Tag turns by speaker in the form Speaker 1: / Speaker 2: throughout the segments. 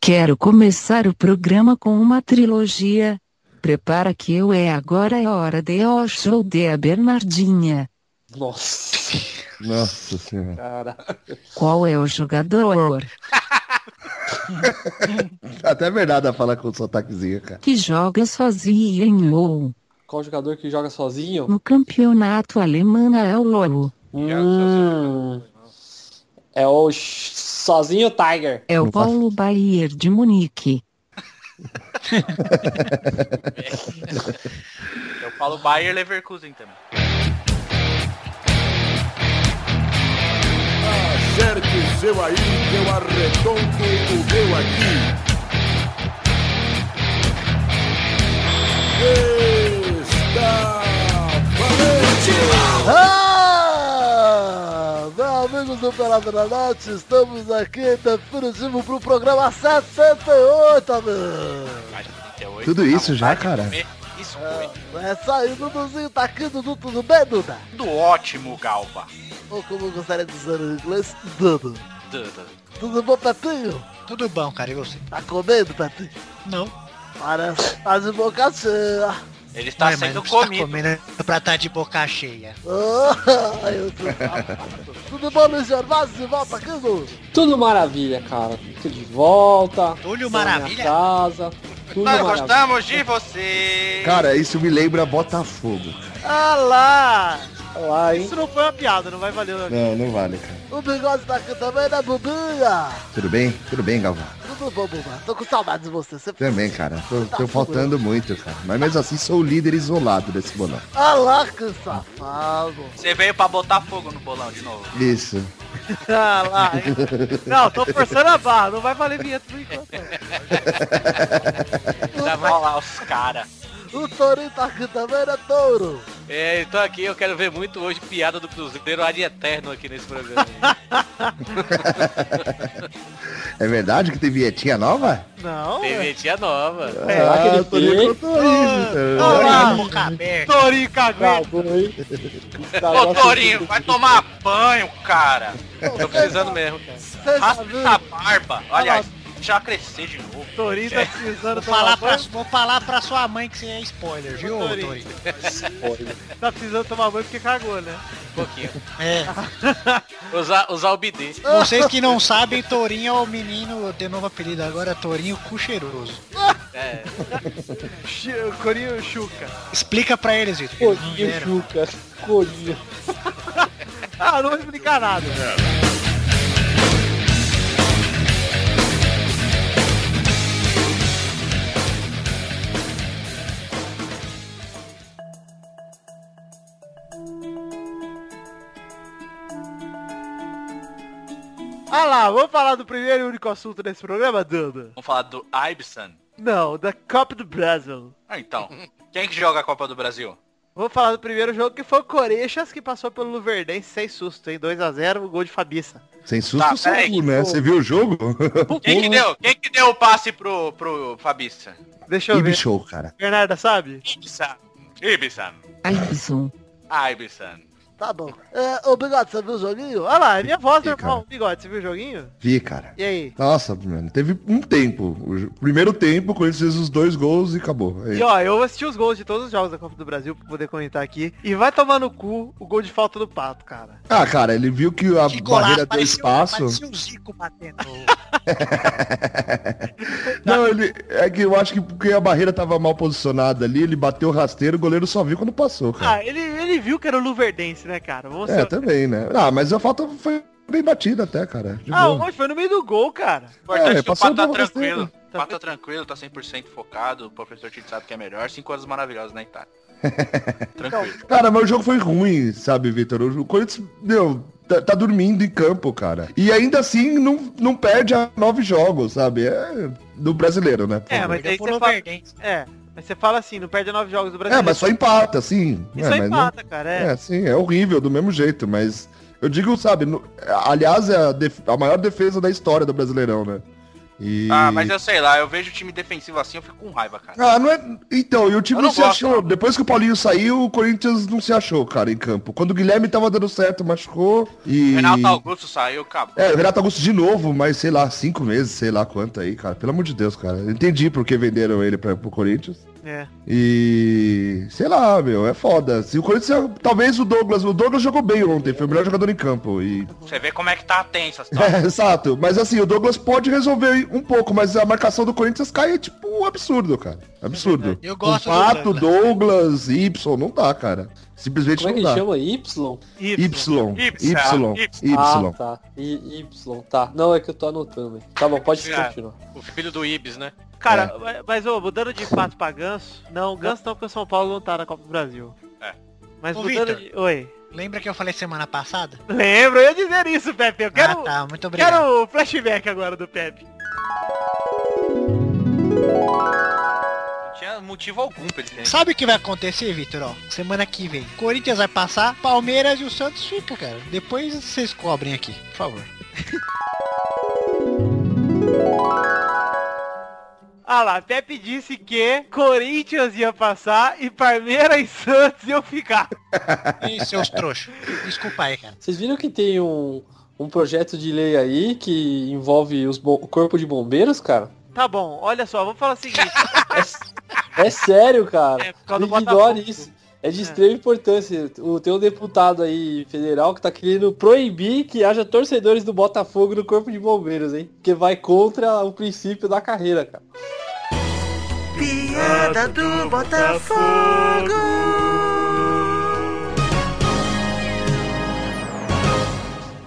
Speaker 1: Quero começar o programa com uma trilogia. Prepara que eu é agora é hora de o show de a Bernardinha.
Speaker 2: Nossa,
Speaker 3: Nossa senhora.
Speaker 2: cara.
Speaker 1: Qual é o jogador
Speaker 3: Até verdade a falar com o sotaquezinho, cara.
Speaker 1: que joga sozinho ou
Speaker 2: Qual jogador que joga sozinho?
Speaker 1: no campeonato alemão é o Lolo?
Speaker 2: Hum. É o sh- sozinho Tiger.
Speaker 1: É o
Speaker 3: Não tá. faço-
Speaker 1: Paulo Baier de Munique.
Speaker 4: Eu falo Bayer Leverkusen também.
Speaker 5: Acerte o seu aí, que eu arredonto o meu aqui. Está valente!
Speaker 3: Ah! Não, amigos do Pelado na Norte, estamos aqui definitivo pro programa 78, amigo. Tudo isso já, cara?
Speaker 4: Isso
Speaker 3: É isso aí, Duduzinho tá aqui, Dudu, tudo bem, Duda?
Speaker 4: Tudo ótimo, Galba.
Speaker 3: Ou como eu gostaria de dizer em inglês, Dudu.
Speaker 4: Tudo.
Speaker 3: Tudo bom, Petinho?
Speaker 6: Tudo bom, cara, e você?
Speaker 3: Tá comendo, Petinho?
Speaker 6: Não.
Speaker 3: Parece, tá de boca cheia.
Speaker 4: Ele está
Speaker 6: Ué, mas
Speaker 4: sendo
Speaker 6: não precisa
Speaker 4: comido.
Speaker 6: comendo pra estar de boca cheia.
Speaker 3: Ah, eu tô safado. Tudo bom, Luiz Gervásio, de volta aqui, Dudu?
Speaker 2: Tudo maravilha, cara. Tudo de volta.
Speaker 6: Túlio
Speaker 2: Tô na
Speaker 6: Maravilha?
Speaker 2: Casa. Tudo
Speaker 4: Nós
Speaker 2: maravilha.
Speaker 4: gostamos de você.
Speaker 3: Cara, isso me lembra Botafogo.
Speaker 7: Ah lá!
Speaker 2: Olha lá, hein?
Speaker 7: Isso não foi uma piada, não vai valer.
Speaker 3: Não, não vale, cara.
Speaker 7: O bigode tá aqui também, né, Bubinha?
Speaker 3: Tudo bem? Tudo bem, Galvão?
Speaker 7: Tudo bom, Buba? Tô com saudade de você. você...
Speaker 3: Também, cara. Tô,
Speaker 2: Tá
Speaker 3: tô faltando muito, cara. Mas mesmo assim, sou o líder isolado desse bolão.
Speaker 7: Ah lá, que safado!
Speaker 4: Você veio pra botar fogo no bolão de novo.
Speaker 3: Isso.
Speaker 7: Ah lá! hein? Não, tô forçando a barra, não vai valer vinheta por enquanto.
Speaker 8: Tá
Speaker 4: Já vai É. Tá lá os caras.
Speaker 7: O Torinho tá aqui também, né, Touro?
Speaker 8: É, então aqui eu quero ver muito hoje piada do Cruzeiro ad eterno aqui nesse programa.
Speaker 3: É verdade que tem vietinha nova?
Speaker 7: Não,
Speaker 6: é.
Speaker 8: Tem
Speaker 7: ué.
Speaker 8: vinhetinha nova.
Speaker 2: Será que ele
Speaker 3: tô nem
Speaker 2: tem?
Speaker 3: contando isso, cara.
Speaker 6: Olha a boca aberta.
Speaker 7: Torinho cagou.
Speaker 2: Estragou, hein? Estragou
Speaker 9: Tá,
Speaker 7: Tá
Speaker 4: Ô,
Speaker 2: a
Speaker 4: Torinho,
Speaker 2: sua-
Speaker 4: vai tomar banho, cara.
Speaker 8: Tô precisando mesmo.
Speaker 7: Vocês já
Speaker 4: Raspa
Speaker 7: viram?
Speaker 4: essa barba. Aliás, já crescer de novo.
Speaker 7: Torinho tá precisando
Speaker 6: Vou falar,
Speaker 7: tomar
Speaker 6: pra,
Speaker 7: banho.
Speaker 6: vou falar pra sua mãe que você é spoiler, viu,
Speaker 7: Torinho.
Speaker 6: Torinho?
Speaker 7: Tá precisando tomar banho porque cagou, né?
Speaker 8: Um pouquinho.
Speaker 6: É,
Speaker 8: Usar, usar o BD.
Speaker 6: vocês que não sabem, Torinho é o menino, tem novo apelido agora, Torinho Cu Cheiroso.
Speaker 8: É,
Speaker 7: Chi- Corinho Chuca.
Speaker 6: Explica pra eles, Vitor. que eles não
Speaker 2: Corinho,
Speaker 6: vieram.
Speaker 2: Juca. Corinho.
Speaker 7: Ah, não vou explicar nada. Ah lá, vamos falar do primeiro e único assunto desse programa, Duda?
Speaker 4: Vamos falar do Ibsen.
Speaker 7: Não, da Copa do Brasil.
Speaker 4: Ah, então. Quem que joga a Copa do Brasil?
Speaker 7: Vamos falar do primeiro jogo que foi o Corinthians que passou pelo Luverdense sem susto, hein? 2x0, gol de Fabiça.
Speaker 3: Sem susto,
Speaker 4: Tá,
Speaker 3: sem
Speaker 4: peraí,
Speaker 3: cu, né? Você viu o jogo?
Speaker 4: Quem que deu? Quem que deu o passe pro, pro Fabiça?
Speaker 7: Deixa eu ver.
Speaker 3: Ibi show, cara.
Speaker 7: Bernarda, sabe?
Speaker 4: Ibsen. Ibsen.
Speaker 1: Aibson.
Speaker 4: Ibsen.
Speaker 7: Tá bom. É, ô, Bigode, você viu o joguinho? Olha lá, é minha voz
Speaker 3: Ih,
Speaker 7: normal. Bigode, você viu o joguinho?
Speaker 3: Vi, cara.
Speaker 7: E aí?
Speaker 3: Nossa, mano. Teve um tempo. O jo- primeiro tempo, o Corinthians fez os dois gols e acabou. É
Speaker 7: E ó, eu assisti os gols de todos os jogos da Copa do Brasil pra poder comentar aqui. E vai tomar no cu o gol de falta do Pato, cara.
Speaker 3: Ah, cara, ele viu que um- a
Speaker 6: Que golaço,
Speaker 3: barreira deu
Speaker 7: um-
Speaker 6: parecia-
Speaker 3: espaço.
Speaker 6: Parecia o Zico batendo.
Speaker 3: Não, ele. É que eu acho que porque a barreira tava mal posicionada ali, ele bateu o rasteiro, o goleiro só viu quando passou, cara.
Speaker 7: Ah, ele, ele viu que era o Luverdense, né, cara? Vamos
Speaker 3: é,
Speaker 7: ser-
Speaker 3: também, né? Ah, mas a falta foi bem batida até, cara. De
Speaker 7: Ah,
Speaker 3: boa.
Speaker 7: hoje foi no meio do gol, cara.
Speaker 4: Importante
Speaker 3: É,
Speaker 4: que o
Speaker 3: passou
Speaker 4: Pato tá
Speaker 3: bom, gostei.
Speaker 4: tranquilo. O
Speaker 7: Tá
Speaker 4: Pato tá tranquilo, tá 100% focado. O professor Tito sabe que é melhor. Cinco anos maravilhosas na Itália. tranquilo.
Speaker 3: Cara, mas o jogo foi ruim, sabe, Vitor? O Corinthians, meu, tá, tá dormindo em campo, cara. E ainda assim não, não perde a nove jogos, sabe? É do brasileiro, né? por
Speaker 7: É,
Speaker 3: favor.
Speaker 7: mas aí
Speaker 6: Perdeu pro
Speaker 7: você fala...
Speaker 6: Luverdense.
Speaker 7: É, mas você fala assim, não perde nove jogos do Brasil. né?
Speaker 3: É, mas só empata, sim.
Speaker 7: Isso
Speaker 3: é,
Speaker 7: aí
Speaker 3: mas não-
Speaker 7: empata, cara. É.
Speaker 3: É, sim, é horrível do mesmo jeito, mas eu digo, sabe, no- aliás, é a, def- a maior defesa da história do Brasileirão, né? E...
Speaker 4: Ah, mas eu sei lá, eu vejo o time defensivo assim, eu fico com raiva, cara.
Speaker 3: Ah, não é. Então, e o time
Speaker 4: Eu
Speaker 3: não,
Speaker 4: não
Speaker 3: se
Speaker 4: gosto,
Speaker 3: achou.
Speaker 4: não.
Speaker 3: Depois que o Paulinho saiu, o Corinthians não se achou, cara, em campo. Quando o Guilherme tava dando certo, machucou. E.
Speaker 4: Renato Augusto saiu, acabou.
Speaker 3: É, o Renato Augusto de novo, mas sei lá, cinco meses, sei lá quanto aí, cara. Pelo amor de Deus, cara. Eu Entendi por que venderam ele pra, pro Corinthians.
Speaker 7: É.
Speaker 3: E. Sei lá, meu, é foda. Se o Corinthians. Talvez o Douglas. O Douglas jogou bem ontem, foi o melhor jogador em campo. E
Speaker 4: Você vê como é que tá tensa a situação.
Speaker 3: É, exato. Mas assim, o Douglas pode resolver um pouco, mas a marcação do Corinthians cai é tipo um absurdo, cara. Absurdo.
Speaker 6: Eu gosto
Speaker 3: Com
Speaker 6: do
Speaker 3: Pato, Douglas, Y, não dá, cara. Simplesmente
Speaker 2: Como é que
Speaker 3: não dá.
Speaker 2: chama? Y?
Speaker 3: Y, Y, Y.
Speaker 2: Ah, tá. I, y, tá. Não, é que eu tô anotando. Tá bom, pode
Speaker 8: Ah.
Speaker 2: continuar.
Speaker 8: O filho do Ibis, né?
Speaker 7: Cara,
Speaker 6: É.
Speaker 7: mas ô, mudando de fato pra Ganso. Não, Ganso não, porque o São Paulo não tá na Copa do Brasil.
Speaker 4: É.
Speaker 7: Mas
Speaker 6: Ô,
Speaker 7: mudando
Speaker 6: Vitor.
Speaker 7: de. Oi.
Speaker 6: Lembra que eu falei semana passada?
Speaker 7: Lembro, eu ia dizer isso, Pepe. Eu quero.
Speaker 6: Ah, tá. Muito obrigado.
Speaker 7: Quero o flashback agora do Pepe.
Speaker 4: Não tinha motivo algum pra ele ter.
Speaker 6: Sabe o que vai acontecer, Vitor? Ó, semana que vem. Corinthians vai passar, Palmeiras e o Santos fica, cara. Depois vocês cobrem aqui, por favor.
Speaker 7: Ah lá, Pepe disse que Corinthians ia passar e Palmeiras e Santos iam ficar.
Speaker 6: E seus trouxas. Desculpa aí, cara.
Speaker 2: Vocês viram que tem um, um projeto de lei aí que envolve os bo- o corpo de bombeiros, cara?
Speaker 7: Tá bom, olha só, vamos falar o seguinte.
Speaker 2: É, s- é sério, cara.
Speaker 7: É por causa do
Speaker 2: Ignore
Speaker 7: Botafogo.
Speaker 2: isso. É de extrema importância. O, tem um deputado aí federal que tá querendo proibir que haja torcedores do Botafogo no corpo de bombeiros, hein? Porque vai contra o princípio da carreira, cara.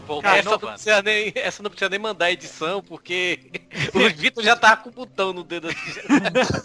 Speaker 8: Pô,
Speaker 7: Cara,
Speaker 8: essa,
Speaker 7: não,
Speaker 8: não precisa nem, essa não precisa nem mandar a edição, porque o Vitor já tava com o botão no dedo assim.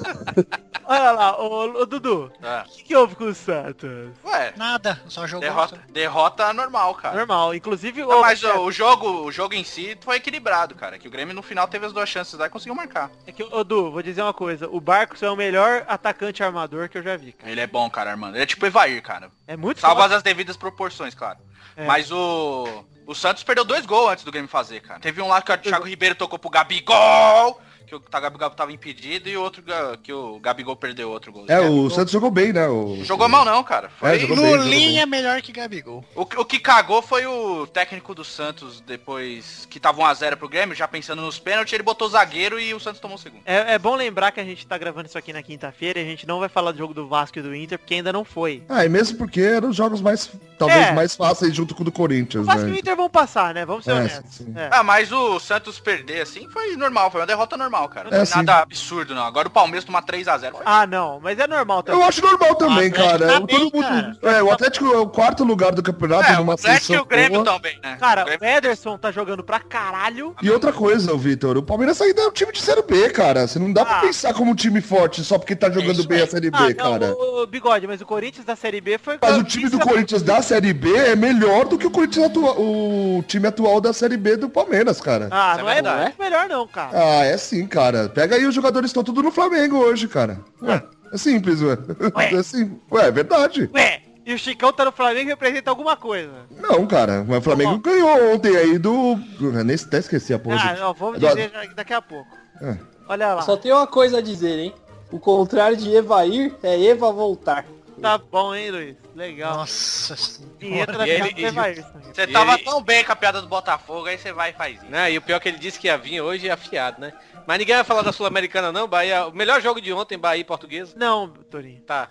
Speaker 7: Olha lá, ô, ô, Dudu,
Speaker 8: Tá.
Speaker 4: Ah.
Speaker 7: o que, que houve com o Santos?
Speaker 4: Ué,
Speaker 6: Nada, só jogou.
Speaker 4: derrota, derrota normal, cara.
Speaker 7: Normal, inclusive
Speaker 4: Não,
Speaker 7: ô,
Speaker 4: mas
Speaker 7: Pepe,
Speaker 4: ó, o jogo, o jogo em si foi equilibrado, cara. Que o Grêmio no final teve as duas chances lá e conseguiu marcar.
Speaker 7: é que, ô, Du, vou dizer uma coisa. O Barcos é o melhor atacante armador que eu já vi, cara.
Speaker 4: Ele é bom, cara, Armando. Ele é tipo Evair, cara.
Speaker 7: É muito
Speaker 4: Salvas as devidas proporções, claro.
Speaker 7: É.
Speaker 4: Mas o. O Santos perdeu dois gols antes do Grêmio fazer, cara. Teve um lá que o Thiago Ribeiro tocou pro Gabigol, que o Ta- Gabigol tava impedido, e outro ga- que o Gabigol perdeu outro gol.
Speaker 3: É, o Santos jogou bem, né? O...
Speaker 4: Jogou mal não, cara. Foi...
Speaker 3: É, jogou bem,
Speaker 6: Lulinha é melhor que Gabigol.
Speaker 4: o, que- o que cagou foi o técnico do Santos depois que tava 1x0 pro Grêmio, já pensando nos pênaltis, ele botou o zagueiro e o Santos tomou o segundo.
Speaker 7: É, é bom lembrar que a gente tá gravando isso aqui na quinta-feira e a gente não vai falar do jogo do Vasco e do Inter, porque ainda não foi.
Speaker 3: Ah, e mesmo porque eram os jogos mais. Talvez
Speaker 7: É.
Speaker 3: mais fáceis junto com o do
Speaker 7: O
Speaker 3: Corinthians,
Speaker 7: Vasco e o
Speaker 3: né?
Speaker 7: Inter vão passar, né? Vamos ser
Speaker 3: É,
Speaker 7: honestos.
Speaker 3: sim.
Speaker 7: É.
Speaker 4: Ah, mas o Santos perder assim foi normal, foi uma derrota normal, cara. Não
Speaker 3: É,
Speaker 4: foi
Speaker 3: sim.
Speaker 4: nada absurdo não. Agora o Palmeiras tomar 3x0. foi-
Speaker 7: Ah, não, mas é normal também.
Speaker 3: Eu acho normal também,
Speaker 6: Atlético
Speaker 3: cara.
Speaker 6: tá
Speaker 3: O-
Speaker 6: bem,
Speaker 3: todo mundo-
Speaker 6: cara.
Speaker 3: É, o Atlético é o quarto lugar do campeonato
Speaker 4: É, o
Speaker 3: numa
Speaker 4: Atlético e
Speaker 3: ascensão
Speaker 4: o Grêmio
Speaker 3: boa.
Speaker 4: também, né?
Speaker 7: Cara,
Speaker 4: O Grêmio-
Speaker 7: o Ederson tá jogando pra caralho.
Speaker 3: E outra coisa, ô, Vitor, o Palmeiras ainda é um time de Série B, cara. Você não dá pra
Speaker 7: Ah.
Speaker 3: pensar como um time forte só porque tá jogando
Speaker 6: isso
Speaker 3: bem
Speaker 6: aí.
Speaker 3: a Série B,
Speaker 7: Ah, não,
Speaker 3: cara.
Speaker 7: o, é o Bigode, mas o Corinthians da Série B foi...
Speaker 3: Mas o time do Corinthians da Série B é melhor do que o Corinthians atua- o time atual da Série B do Palmeiras, cara.
Speaker 7: Ah,
Speaker 4: Isso é
Speaker 7: não é, não é
Speaker 4: verdade.
Speaker 7: melhor não, cara.
Speaker 3: Ah, é sim, cara. Pega aí, os jogadores estão tudo no Flamengo hoje, cara. Ué, é simples, ué. É sim- Ué, é verdade.
Speaker 7: Ué, e o Chicão tá no Flamengo e representa alguma coisa.
Speaker 3: Não, cara. Mas o Flamengo ganhou ontem aí do... Eu Nem até esqueci a porra.
Speaker 7: ah,
Speaker 3: gente.
Speaker 7: não, vamos
Speaker 3: Eduardo.
Speaker 7: dizer né? já- daqui a pouco.
Speaker 3: É.
Speaker 7: Olha lá,
Speaker 2: Só tem uma coisa a dizer, hein? O contrário de Evair é Eva voltar.
Speaker 7: tá bom, hein, Luiz? Legal.
Speaker 6: Nossa
Speaker 7: Vinheta
Speaker 6: senhora.
Speaker 7: da
Speaker 8: E ele-
Speaker 7: piada do
Speaker 8: e-
Speaker 7: Evair.
Speaker 4: Você
Speaker 8: E
Speaker 4: tava
Speaker 8: ele-
Speaker 4: tão bem com a piada do Botafogo, aí você vai e faz isso.
Speaker 8: Né? E o pior é que ele disse que ia vir hoje é afiado, né? Mas ninguém vai falar da Sul-Americana não, Bahia. O melhor jogo de ontem, Bahia e Portuguesa.
Speaker 7: Não, Torinho.
Speaker 8: Tá.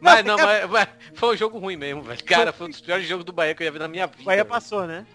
Speaker 8: mas não, mas, mas foi um jogo ruim mesmo, velho. Cara, foi um dos piores jogos do Bahia que eu ia ver na minha vida.
Speaker 7: O Bahia
Speaker 8: velho.
Speaker 7: passou, né?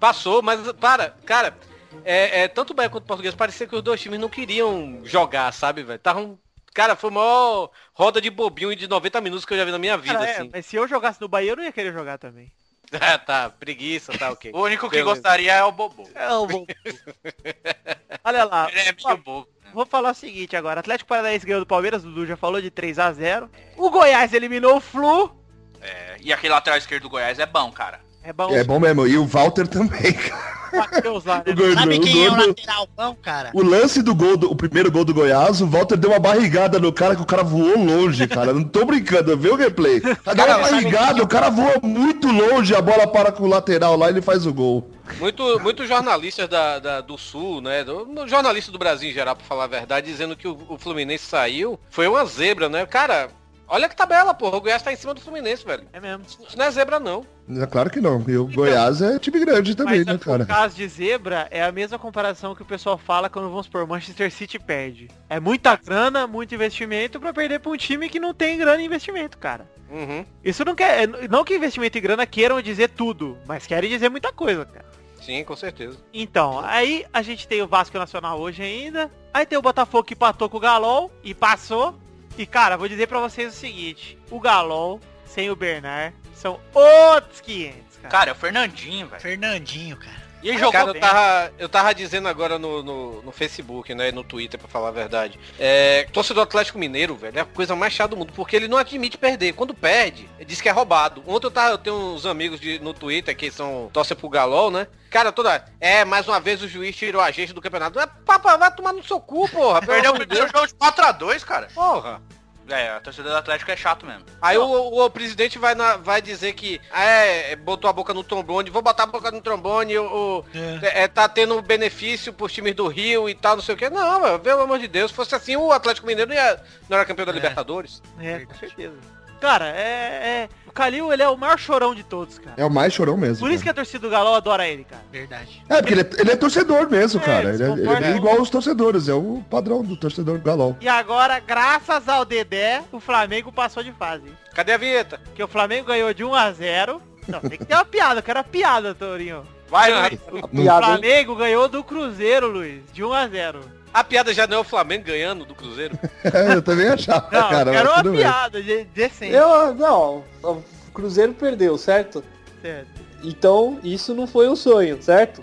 Speaker 8: Passou, mas para, cara, é, é, tanto o Bahia quanto o Português parecia que os dois times não queriam jogar, sabe, velho? Tavam. Cara, foi a maior roda de bobinho de 90 minutos que eu já vi na minha vida,
Speaker 7: Cara, é,
Speaker 8: assim.
Speaker 7: mas se eu jogasse no Bahia, eu não ia querer jogar também.
Speaker 8: Ah, tá, preguiça, tá, ok.
Speaker 4: O único que
Speaker 8: Beleza.
Speaker 4: gostaria é o Bobo.
Speaker 7: É um bom. Olha lá,
Speaker 4: Ele é meio bobo. né?
Speaker 7: vou falar o seguinte agora. Atlético Paranaense ganhou do Palmeiras, o Dudu já falou, de 3x0. O Goiás eliminou o Flu.
Speaker 4: É, e aquele lateral esquerdo do Goiás é bom, cara.
Speaker 7: É bom.
Speaker 3: É bom mesmo. E o Walter também, cara.
Speaker 7: Matheus lá, né?
Speaker 3: Gordo,
Speaker 6: Sabe
Speaker 3: o
Speaker 6: quem é o
Speaker 3: Gordo-
Speaker 6: lateral bom, cara?
Speaker 3: O lance do gol, do, o primeiro gol do Goiás, o Walter deu uma barrigada no cara que o cara voou longe, cara. Não tô brincando, vê o replay. Dá uma barrigada, o cara voa muito longe, a bola para com o lateral lá e ele faz o gol.
Speaker 8: Muito, muitos jornalistas da, da- do Sul, né? do- no- jornalista do Brasil em geral, pra falar a verdade, dizendo que o, o Fluminense saiu. Foi uma zebra, né? Cara, olha que tabela, porra. O Goiás tá em cima do Fluminense, velho.
Speaker 7: É mesmo.
Speaker 8: Isso não é zebra, não.
Speaker 3: É claro que não. E o Goiás é time grande também,
Speaker 7: Então, Mas
Speaker 3: né,
Speaker 7: no
Speaker 3: cara?
Speaker 7: caso de zebra, é a mesma comparação que o pessoal fala quando, vamos supor, Manchester City perde. É muita grana, muito investimento pra perder pra um time que não tem grana e investimento, cara.
Speaker 8: Uhum.
Speaker 7: Isso não quer... é- Não que investimento e grana queiram dizer tudo, mas querem dizer muita coisa, cara.
Speaker 8: Sim, com certeza.
Speaker 7: Então, aí a gente tem o Vasco Nacional hoje ainda. Aí tem o Botafogo que empatou com o Galol e passou. E, cara, vou dizer pra vocês o seguinte. O Galol, sem o Bernard, são outros 500, cara.
Speaker 4: Cara, é o Fernandinho, velho.
Speaker 6: Fernandinho, cara.
Speaker 8: E ele
Speaker 7: jogou
Speaker 8: cara, eu
Speaker 7: bem.
Speaker 8: tava, eu tava dizendo agora no, no, no Facebook, né? e No Twitter, pra falar a verdade. É, torcedor Atlético Mineiro, velho, é a coisa mais chata do mundo, porque ele não admite perder. Quando perde, ele diz que é roubado. Ontem eu, tava, eu tenho uns amigos de, no Twitter que são torcem pro Galol, né? Cara, toda. É, mais uma vez o juiz tirou a gente do campeonato. É, papa, vai tomar no seu cu, porra. pelo
Speaker 4: Perdeu o
Speaker 8: amor de
Speaker 4: primeiro
Speaker 8: Deus,
Speaker 4: jogo de 4x2, cara.
Speaker 8: Porra.
Speaker 4: É, o torcedor do Atlético é chato mesmo.
Speaker 8: Aí o, o- o presidente vai, na- vai dizer que ah, é, botou a boca no trombone, vou botar a boca no trombone, o, o- é, tá tendo benefício pros times do Rio e tal, não sei o quê. Não, meu, pelo amor de Deus, se fosse assim o Atlético Mineiro não, ia- não era campeão da Libertadores.
Speaker 7: É, com certeza. Cara, é, é- O Kalil, ele é o maior chorão de todos, cara.
Speaker 3: É o mais chorão mesmo.
Speaker 7: Por isso que
Speaker 3: cara.
Speaker 7: a torcida do Galol adora ele, cara.
Speaker 6: Verdade.
Speaker 3: É, porque ele é, ele é torcedor mesmo,
Speaker 7: É,
Speaker 3: cara. Ele é, ele é
Speaker 7: concorda.
Speaker 3: bem igual aos torcedores, é o padrão do torcedor galol.
Speaker 7: E agora, graças ao Dedé, o Flamengo passou de fase. hein?
Speaker 8: Cadê a vinheta?
Speaker 7: Porque o Flamengo ganhou de 1 a 0 Não, tem que ter uma piada, eu quero uma piada, Tourinho.
Speaker 8: Vai, Luiz.
Speaker 2: A
Speaker 7: O
Speaker 2: piada, hein?
Speaker 7: Flamengo ganhou do Cruzeiro, Luiz, de 1 a 0
Speaker 8: A piada já não é o Flamengo ganhando do Cruzeiro.
Speaker 3: É, eu também achava,
Speaker 7: Não,
Speaker 3: cara.
Speaker 7: eu quero
Speaker 3: Mas
Speaker 7: uma
Speaker 3: tudo bem.
Speaker 7: piada, de-
Speaker 8: É
Speaker 7: decente.
Speaker 2: Eu, não, o Cruzeiro perdeu, certo?
Speaker 7: Certo,
Speaker 2: Então, isso não foi um sonho, certo?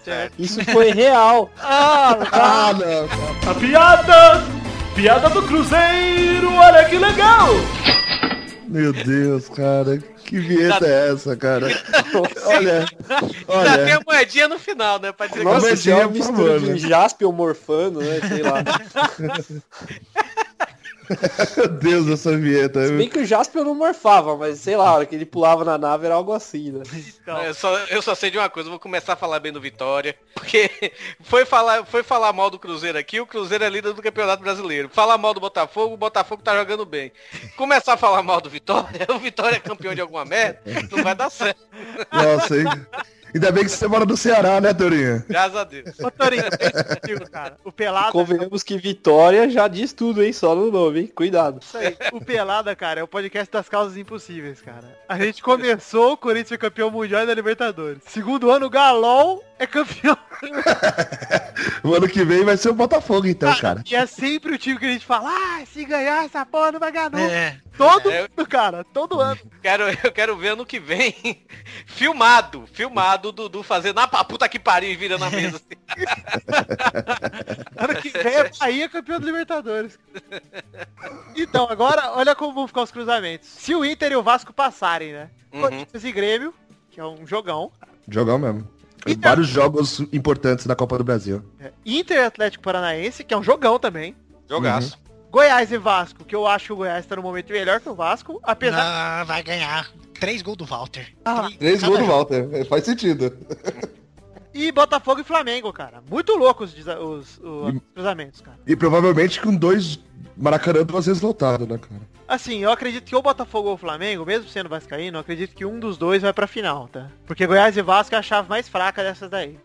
Speaker 4: É.
Speaker 7: certo.
Speaker 2: Isso foi real.
Speaker 7: Ah,
Speaker 3: Ah, não. cara.
Speaker 2: A piada! Piada do Cruzeiro, olha que legal!
Speaker 3: Meu Deus, cara. Que vinheta é essa, cara? Olha,
Speaker 8: Ainda tem
Speaker 7: um
Speaker 3: olha.
Speaker 8: a moedinha no final, né? Pra dizer que
Speaker 3: Nossa,
Speaker 2: Nossa, isso é uma
Speaker 3: por
Speaker 2: mistura
Speaker 3: favor, né?
Speaker 2: de jaspe ou morfano, né? Sei lá.
Speaker 3: Meu Deus, essa vinheta.
Speaker 2: Se bem que o jaspe eu não morfava, mas sei lá, a hora que ele pulava na nave era algo assim, né?
Speaker 7: então.
Speaker 8: Eu É, só, eu só sei de uma coisa, eu vou começar a falar bem do Vitória, porque foi falar, foi falar mal do Cruzeiro aqui, o Cruzeiro é líder do Campeonato Brasileiro. Falar mal do Botafogo, o Botafogo tá jogando bem. Começar a falar mal do Vitória, o Vitória é campeão de alguma merda, não vai dar certo,
Speaker 3: Nossa, hein? Ainda bem que você mora no Ceará, né, Torinha?
Speaker 8: graças a Deus.
Speaker 7: Ô, Tourinho, tem sentido, é cara. O Pelado...
Speaker 2: Convenhamos que Vitória já diz tudo, hein? Só no nome, hein? Cuidado.
Speaker 7: é Isso aí. O Pelada, cara, é o podcast das causas impossíveis, cara. A gente começou, o Corinthians foi campeão mundial e da Libertadores. Segundo ano, o Galol é campeão.
Speaker 3: O ano que vem vai ser o Botafogo, então, cara.
Speaker 7: E é sempre o time que a gente fala, ah, se ganhar essa porra não vai ganhar não.
Speaker 6: É.
Speaker 7: Todo
Speaker 8: É.
Speaker 7: ano, cara, todo ano.
Speaker 8: Quero, eu quero ver ano que vem, filmado, filmado, Dudu fazendo, ah, pá, puta que pariu, e vira na mesa. assim.
Speaker 7: Ano que vem é Bahia campeão da Libertadores. Então, agora, olha como vão ficar os cruzamentos. Se o Inter e o Vasco passarem, né?
Speaker 8: Uhum.
Speaker 7: Corinthians e Grêmio, que é um jogão.
Speaker 3: Jogar mesmo.
Speaker 7: Então-
Speaker 3: Vários jogos importantes na Copa do Brasil.
Speaker 7: É, Inter e Atlético Paranaense, que é um jogão também. Uhum.
Speaker 8: Jogaço.
Speaker 7: Goiás e Vasco, que eu acho que o Goiás tá no momento melhor que o Vasco, apesar
Speaker 6: Ah, vai ganhar. Três gols do Walter.
Speaker 7: Ah,
Speaker 3: Três
Speaker 6: cada
Speaker 3: gols do
Speaker 6: jogo.
Speaker 3: Walter. É, Faz sentido.
Speaker 7: E Botafogo e Flamengo, cara. Muito loucos os, desa- os- os cruzamentos, cara.
Speaker 3: E provavelmente com dois Maracanã duas vezes lotado, né, cara?
Speaker 7: Assim, eu acredito que ou Botafogo ou Flamengo, mesmo sendo vascaíno, eu acredito que um dos dois vai pra final, tá? Porque Goiás e Vasco é a chave mais fraca dessas daí.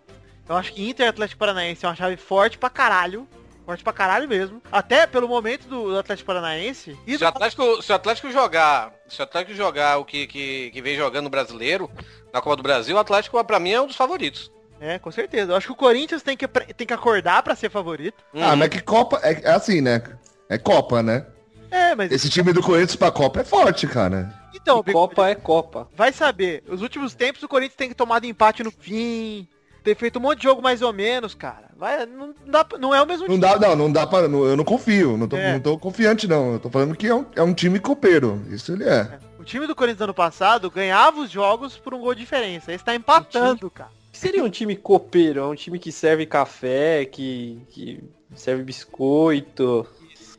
Speaker 7: Eu acho que Inter e Atlético Paranaense é uma chave forte pra caralho. Forte pra caralho mesmo. Até pelo momento do, do Atlético Paranaense. E
Speaker 8: Se
Speaker 7: do...
Speaker 8: o Atlético, se o Atlético jogar, se o Atlético jogar o que, que, que vem jogando o brasileiro na Copa do Brasil, o Atlético pra mim é um dos favoritos.
Speaker 7: É, com certeza. Eu acho que o Corinthians tem que, pre- tem que acordar pra ser favorito.
Speaker 3: Ah,
Speaker 2: Uhum.
Speaker 3: mas que Copa... É, é assim, né? É Copa, né?
Speaker 7: É, mas.
Speaker 3: Esse time do Corinthians pra Copa é forte, cara.
Speaker 7: Então,
Speaker 2: E
Speaker 7: Bigode,
Speaker 2: Copa é Copa.
Speaker 7: Vai saber. Os últimos tempos o Corinthians tem que tomar empate no fim. Ter feito um monte de jogo mais ou menos, cara. Vai, não, dá, pra- não é o mesmo
Speaker 3: Não dá,
Speaker 7: time.
Speaker 3: não, não dá pra... não- eu não confio. Não tô,
Speaker 7: É.
Speaker 3: não tô confiante, não. Eu tô falando que é um, é um time copeiro. Isso ele é.
Speaker 7: O time do Corinthians do ano passado ganhava os jogos por um gol de diferença. Esse tá empatando, cara.
Speaker 2: O que seria um time copeiro? É um time que serve café, que, que serve biscoito.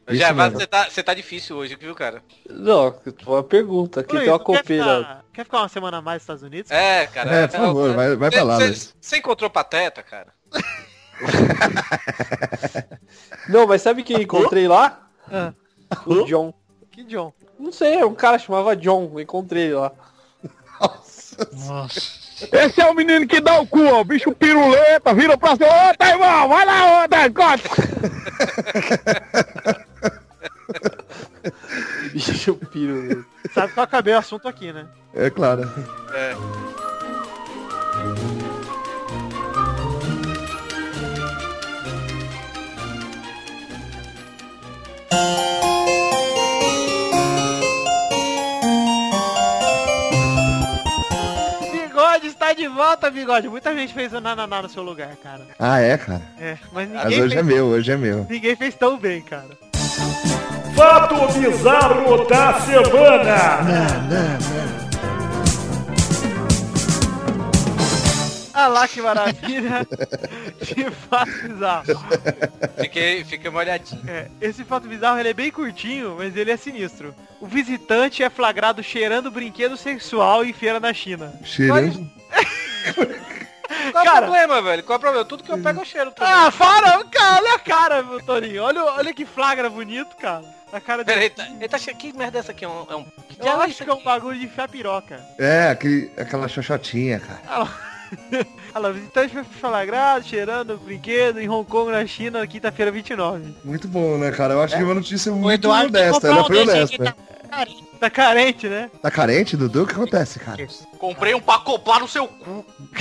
Speaker 8: Já, mas
Speaker 3: mesmo.
Speaker 8: você tá, você tá difícil hoje, viu, cara?
Speaker 2: Não, uma pergunta. Quem
Speaker 7: Luiz,
Speaker 2: tem uma
Speaker 7: tu
Speaker 2: copeira?
Speaker 7: Quer ficar, quer ficar uma semana a mais nos Estados Unidos?
Speaker 8: É, cara.
Speaker 3: É, por favor, vai, vai pra lá, Luiz.
Speaker 8: Você encontrou pateta, cara?
Speaker 2: Não, mas sabe quem encontrei lá?
Speaker 7: Ah.
Speaker 2: O John.
Speaker 7: Que John.
Speaker 2: Não sei, um cara chamava John, eu encontrei ele lá.
Speaker 6: Nossa.
Speaker 10: Esse é o menino que dá o cu, ó. O bicho piruleta, vira pra cima. Ô,
Speaker 5: tá,
Speaker 10: Taimão, vai lá, ô, Taimão.
Speaker 2: Bicho piro, velho.
Speaker 7: Sabe que eu acabei o assunto aqui, né?
Speaker 3: É claro.
Speaker 7: Bigode está de volta, bigode. Muita gente fez o nananá no seu lugar, cara.
Speaker 3: Ah, é, cara.
Speaker 7: É, mas ninguém,
Speaker 3: Mas hoje
Speaker 7: fez,
Speaker 3: é meu, hoje é meu.
Speaker 7: ninguém fez tão bem, cara.
Speaker 5: Fato bizarro da semana.
Speaker 7: Ah lá, que maravilha. que fato bizarro.
Speaker 8: Fiquei, fiquei molhadinho.
Speaker 7: É, esse fato bizarro ele é bem curtinho, mas ele é sinistro. O visitante é flagrado cheirando brinquedo sexual em feira na China.
Speaker 3: Cheirando.
Speaker 8: Qual é o
Speaker 7: Cara-
Speaker 8: problema, velho? Qual é o problema? Tudo que eu pego eu cheiro também.
Speaker 7: Ah, para! Cara, olha a cara, meu Torinho. Olha, o- olha que flagra bonito, cara. A cara
Speaker 8: Pera,
Speaker 7: dele.
Speaker 8: ele tá, ele tá che- Que merda é essa aqui? É um... É um... Que
Speaker 7: Eu
Speaker 8: diabo é
Speaker 7: acho
Speaker 8: isso
Speaker 7: que é um
Speaker 8: aqui?
Speaker 7: bagulho de chapiroca.
Speaker 3: É, aquele, aquela xoxotinha, cara.
Speaker 7: Olha lá, o visitante foi flagrado, cheirando o brinquedo em Hong Kong, na China, quinta-feira 29.
Speaker 3: Muito bom, né, cara? Eu acho que é uma notícia muito
Speaker 6: Eduardo tem que
Speaker 3: honesta.
Speaker 6: comprar
Speaker 3: Ela
Speaker 6: um
Speaker 3: foi
Speaker 6: desse
Speaker 3: honesta.
Speaker 7: Tá carente, né?
Speaker 3: Tá carente, Dudu? O que acontece, cara?
Speaker 4: Comprei um pacopá no seu cu.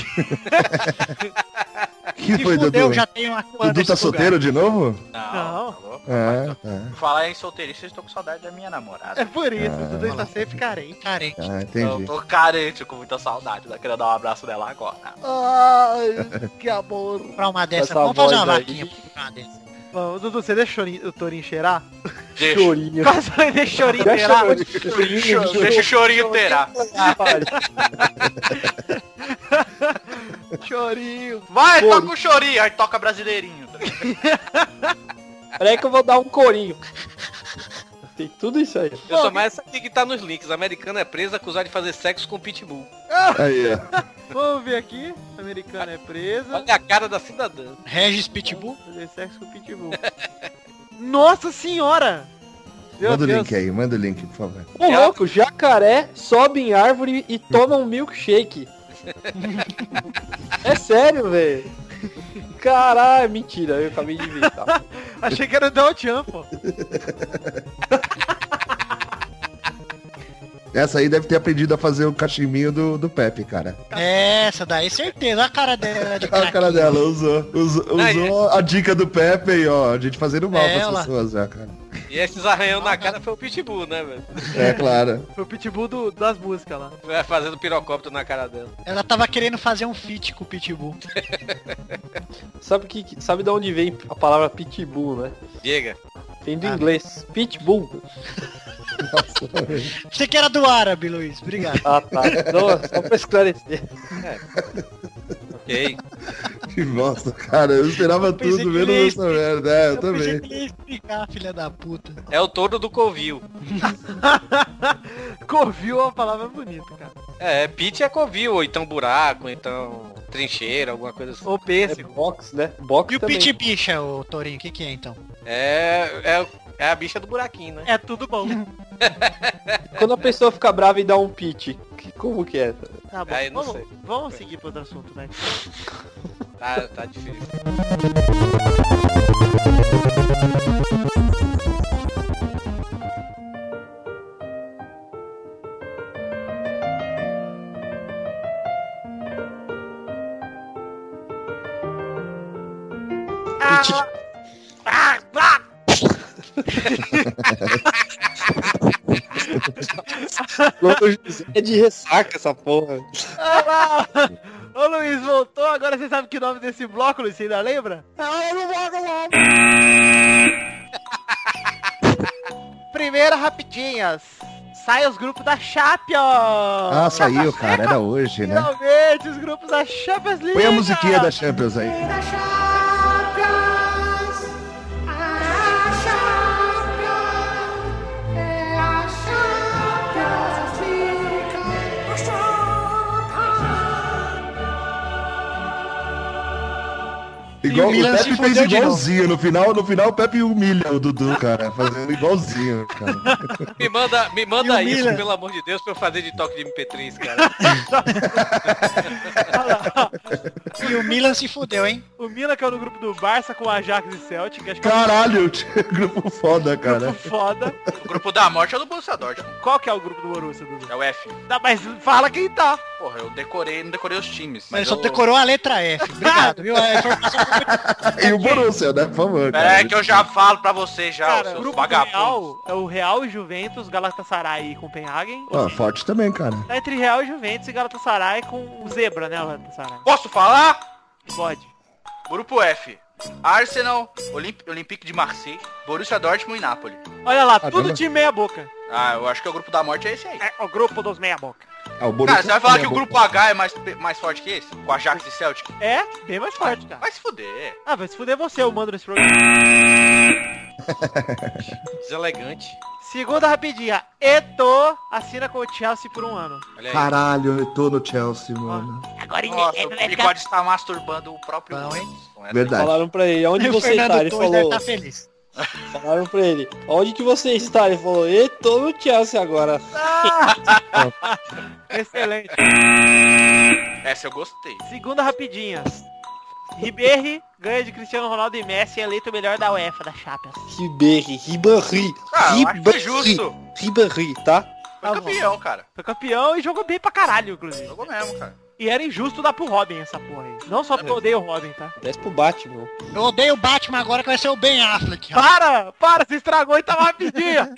Speaker 3: que
Speaker 6: Se
Speaker 3: foi,
Speaker 6: fudeu,
Speaker 3: Dudu?
Speaker 6: já tem uma coisa
Speaker 3: Dudu tá
Speaker 6: nesse lugar.
Speaker 3: solteiro de novo?
Speaker 7: Não.
Speaker 4: tá louco.
Speaker 3: É, tá.
Speaker 4: Falar em solteirista, eu tô com saudade da minha namorada.
Speaker 7: É por isso, o Dudu está sempre carente.
Speaker 6: Carente.
Speaker 3: Ah,
Speaker 4: Eu
Speaker 3: entendi.
Speaker 4: Então, tô carente, com muita saudade. Eu queria dar um abraço dela agora.
Speaker 2: Ai, que amor.
Speaker 6: Pra uma
Speaker 2: Essa
Speaker 6: dessa, vamos fazer uma
Speaker 2: voz aí.
Speaker 6: vaquinha pra uma dessa.
Speaker 7: Bom, Dudu, você deixa o chorinho- o Torinho cheirar?
Speaker 4: Deixa,
Speaker 2: Chorinho.
Speaker 7: Quase ele deixa o chorinho
Speaker 2: Já
Speaker 7: cheirar.
Speaker 2: chamou de chorinho, chorinho.
Speaker 4: deixa o chorinho terá.
Speaker 7: Chorinho.
Speaker 4: Vai,
Speaker 2: Chorinho.
Speaker 4: toca o chorinho. Aí toca brasileirinho.
Speaker 2: Peraí que eu vou dar um corinho. Tem tudo isso aí.
Speaker 8: Eu sou mais essa aqui que tá nos links. A americana é presa acusada de fazer sexo com pitbull.
Speaker 3: Aí, ó.
Speaker 7: Vamos ver aqui. A americana é presa.
Speaker 8: Olha a cara da cidadã.
Speaker 6: Regis Pitbull.
Speaker 7: Fazer sexo com o Pitbull. Nossa senhora! Meu
Speaker 3: Manda o
Speaker 7: Deus.
Speaker 3: link aí, manda o link, por favor.
Speaker 2: Ô Um louco, jacaré sobe em árvore e toma um milkshake. é sério, velho. Caralho, mentira, eu acabei de inventar.
Speaker 7: Achei que era o Donald Trump, pô.
Speaker 3: Essa aí deve ter aprendido a fazer o cachimbinho do, do Pepe, cara.
Speaker 6: Essa daí, certeza. Olha a cara dela de
Speaker 3: Olha a cara
Speaker 6: craquinho.
Speaker 3: dela, usou, usou,
Speaker 8: Aí.
Speaker 3: usou a dica do Pepe aí, ó. A gente fazendo mal
Speaker 6: É,
Speaker 3: pras
Speaker 6: ela.
Speaker 3: pessoas já, cara.
Speaker 8: E esses arranhão na cara foi o pitbull, né, velho?
Speaker 3: É claro.
Speaker 7: Foi o Pitbull do- das músicas lá.
Speaker 8: Vai É, Fazendo pirocóptero na cara dela.
Speaker 6: Ela tava querendo fazer um feat com o Pitbull.
Speaker 2: Sabe, que, sabe de onde vem a palavra pitbull, né?
Speaker 8: Diga.
Speaker 2: Vem do
Speaker 6: Ah.
Speaker 2: inglês. Pitbull.
Speaker 6: Você que era do árabe, Luiz. Obrigado.
Speaker 2: Ah, tá. Não, só pra esclarecer.
Speaker 8: Ok.
Speaker 3: Que bosta, cara. Eu esperava
Speaker 6: pensei
Speaker 3: tudo,
Speaker 6: que
Speaker 3: menos
Speaker 6: ele ia
Speaker 3: essa merda. É, eu
Speaker 6: pensei
Speaker 3: também.
Speaker 6: que ele ia explicar, filha da puta.
Speaker 8: É o touro do covil.
Speaker 7: Covil é uma palavra bonita, cara.
Speaker 8: É, pit é covil, ou então buraco, ou então trincheira, alguma coisa assim.
Speaker 7: Ou
Speaker 2: É
Speaker 7: pêssego.
Speaker 2: box, né? Box
Speaker 6: E o
Speaker 2: também.
Speaker 6: Pit Bicha, ô Torinho, o que que é então?
Speaker 8: É, é, é a bicha do buraquinho, né?
Speaker 7: É tudo bom.
Speaker 2: Quando a pessoa fica brava e dá um pit, que- como que é?
Speaker 7: Tá bom.
Speaker 8: Aí, Ah, não
Speaker 7: vamos,
Speaker 8: sei.
Speaker 7: vamos seguir para outro assunto, né?
Speaker 8: Tá, tá difícil.
Speaker 7: Ah, ah,
Speaker 2: É de ressaca essa porra.
Speaker 7: Ah, lá! Ô Luiz, voltou. Agora você sabe que o nome desse bloco, Luiz, você ainda lembra? Primeira rapidinhas. Sai os grupos da Chape, ó.
Speaker 3: Ah, saiu, cara. Era hoje, né?
Speaker 7: Finalmente, os grupos da Champions League.
Speaker 3: Põe a musiquinha da Champions aí. Igual, o
Speaker 6: Milan se
Speaker 3: Pepe fez
Speaker 6: fudeu de novo.
Speaker 3: igualzinho. No final, no final, o Pepe humilha o Dudu, cara. Fazendo igualzinho, cara.
Speaker 8: Me manda, me manda
Speaker 6: E o Milan?
Speaker 8: isso, pelo amor de Deus, pra eu fazer de toque de MP3, cara.
Speaker 6: E o Milan se fudeu, hein?
Speaker 7: O Milan caiu no grupo do Barça com Ajax e Celtic. Acho que é
Speaker 3: Caralho, grupo foda,
Speaker 7: um grupo
Speaker 3: cara.
Speaker 7: foda.
Speaker 4: O grupo da morte é o do Borussia Dortmund.
Speaker 7: Qual que é o grupo do Borussia, Dudu?
Speaker 4: É o F.
Speaker 7: Tá, mas fala quem tá.
Speaker 4: Porra, eu decorei, não decorei os times.
Speaker 6: Mas ele só
Speaker 4: eu...
Speaker 6: decorou a letra F. Obrigado, viu? É informação
Speaker 3: E o Borussia, né? Por favor.
Speaker 4: É que eu já falo pra você já,
Speaker 7: Cara,
Speaker 4: ô,
Speaker 7: o
Speaker 4: seus
Speaker 7: grupo do
Speaker 4: vagabundos.
Speaker 7: Real é o Real, Juventus, Galatasaray e Copenhagen.
Speaker 3: Ah, forte também, cara.
Speaker 7: Tá entre Real, Juventus e Galatasaray com o Zebra, né, Galatasaray?
Speaker 4: Posso falar?
Speaker 7: Pode.
Speaker 4: Grupo F. Arsenal, Olymp Olympique de Marseille, Borussia Dortmund e Napoli.
Speaker 7: Olha lá,
Speaker 3: Caramba.
Speaker 7: tudo time meia boca.
Speaker 4: Ah, eu acho que o grupo da morte é esse aí.
Speaker 7: É o grupo dos meia boca.
Speaker 3: Ah, o Borussia
Speaker 4: Cara, você vai falar que
Speaker 3: também é
Speaker 4: o
Speaker 3: bom.
Speaker 4: grupo H é mais, mais forte que esse? Com Ajax e Celtic?
Speaker 7: É, bem mais forte, cara.
Speaker 4: Vai se fuder.
Speaker 7: Ah, vai se fuder você, eu mando nesse programa.
Speaker 8: Deselegante.
Speaker 7: Segunda rapidinha. Eto assina com o Chelsea por um ano.
Speaker 8: Olha aí.
Speaker 3: Caralho, eu tô no Chelsea, mano.
Speaker 7: Agora
Speaker 4: Nossa, o bigode está masturbando o próprio
Speaker 6: Não, hein?
Speaker 4: Não é
Speaker 3: Verdade.
Speaker 2: Falaram pra ele, onde
Speaker 6: o
Speaker 2: você está? Ele
Speaker 6: Fernando Torres deve
Speaker 2: falou.
Speaker 4: tá
Speaker 6: estar feliz.
Speaker 2: Falaram pra ele, onde que você está? Ele falou, e tô no Chelsea agora.
Speaker 7: Excelente.
Speaker 4: Essa eu gostei.
Speaker 7: Segunda rapidinha. Ribéry ganha de Cristiano Ronaldo e Messi e é eleito o melhor da UEFA, da Champions.
Speaker 2: Ribéry, Ribéry,
Speaker 4: Ah, eu
Speaker 6: é
Speaker 4: acho que foi
Speaker 2: Ribéry,
Speaker 4: justo.
Speaker 2: Ribéry, tá?
Speaker 4: Foi
Speaker 7: Tá bom.
Speaker 4: campeão, cara.
Speaker 7: Foi campeão e jogou bem pra caralho, inclusive.
Speaker 4: Jogou mesmo, cara.
Speaker 7: E era injusto dar pro Robin essa porra aí. Não só porque eu odeio o Robin, tá?
Speaker 2: Desce pro Batman.
Speaker 6: Eu odeio o Batman agora que vai ser o Ben Affleck. rapaz.
Speaker 7: Para! Para! Se estragou e tava rapidinho!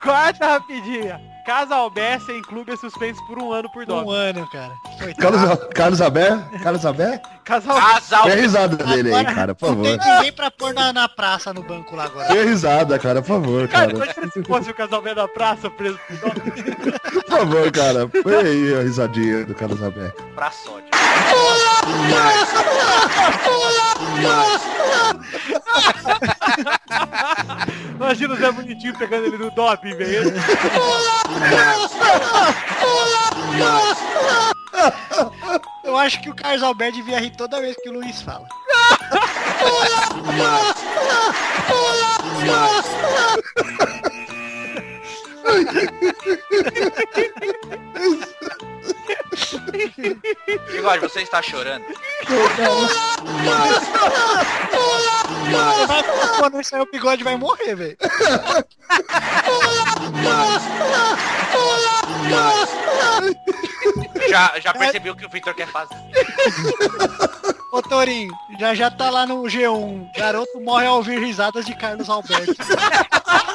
Speaker 7: Quarta rapidinha. Casal Bessia em clube é suspenso por um ano por
Speaker 6: Um
Speaker 7: dólar.
Speaker 6: ano, cara. Coitado.
Speaker 3: Carlos, Carlos Abé? Carlos Abé?
Speaker 7: Casal
Speaker 4: Casal.
Speaker 3: Dê a risada dele aí,
Speaker 6: Agora
Speaker 3: cara, por
Speaker 6: Não tem
Speaker 3: favor.
Speaker 6: ninguém pra pôr na, na praça, no banco lá agora.
Speaker 3: Dê a risada, cara, por favor,
Speaker 7: Cara,
Speaker 3: cara.
Speaker 7: imagina se fosse o casal Bé da praça preso por dólar.
Speaker 3: Por favor, cara. Põe aí a risadinha do Carlos Abé.
Speaker 4: Pra sódio.
Speaker 7: Imagina o Zé Bonitinho pegando ele no doping, velho.
Speaker 6: Eu acho que o Carlos Alberto devia rir toda vez que o Luiz fala.
Speaker 4: Bigode, você está chorando.
Speaker 6: Ele vai ficar, Quando ele sair o bigode vai morrer, velho.
Speaker 4: Já, já percebi o que o Victor quer fazer.
Speaker 6: Ô Torinho, já já tá lá no G1. Garoto morre ao ouvir risadas de Carlos Alberto.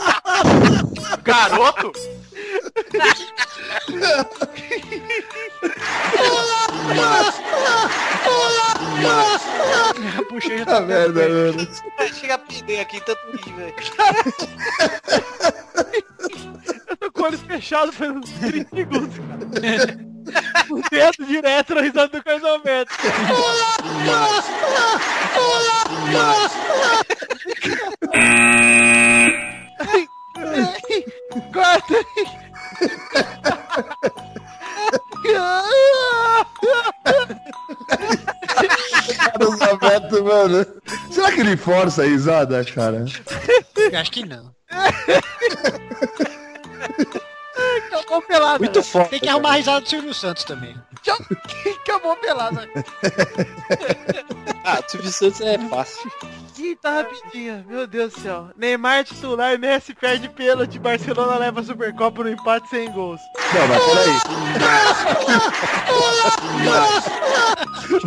Speaker 4: Garoto?
Speaker 6: A bochecha
Speaker 3: Tá
Speaker 6: tá
Speaker 3: merda,
Speaker 6: vendo.
Speaker 3: mano.
Speaker 8: Chega a perder aqui, tanto rir, velho.
Speaker 7: Com o olho fechado faz uns 30 segundos, cara. O dedo direto na risada do casal Bé. Quarta.
Speaker 3: Carlos Abé, mano. Será que ele força a risada, cara?
Speaker 6: Eu Acho que não.
Speaker 7: Acabou pelada.
Speaker 2: Muito forte.
Speaker 6: Tem que arrumar a risada do Silvio Santos também.
Speaker 7: Acabou pelada.
Speaker 2: Ah, o Silvio Santos é fácil.
Speaker 7: Quinta rapidinha. tá Meu Deus do céu. Neymar é titular, Messi perde pênalti. Barcelona leva a Supercopa no empate sem gols.
Speaker 3: Não, mas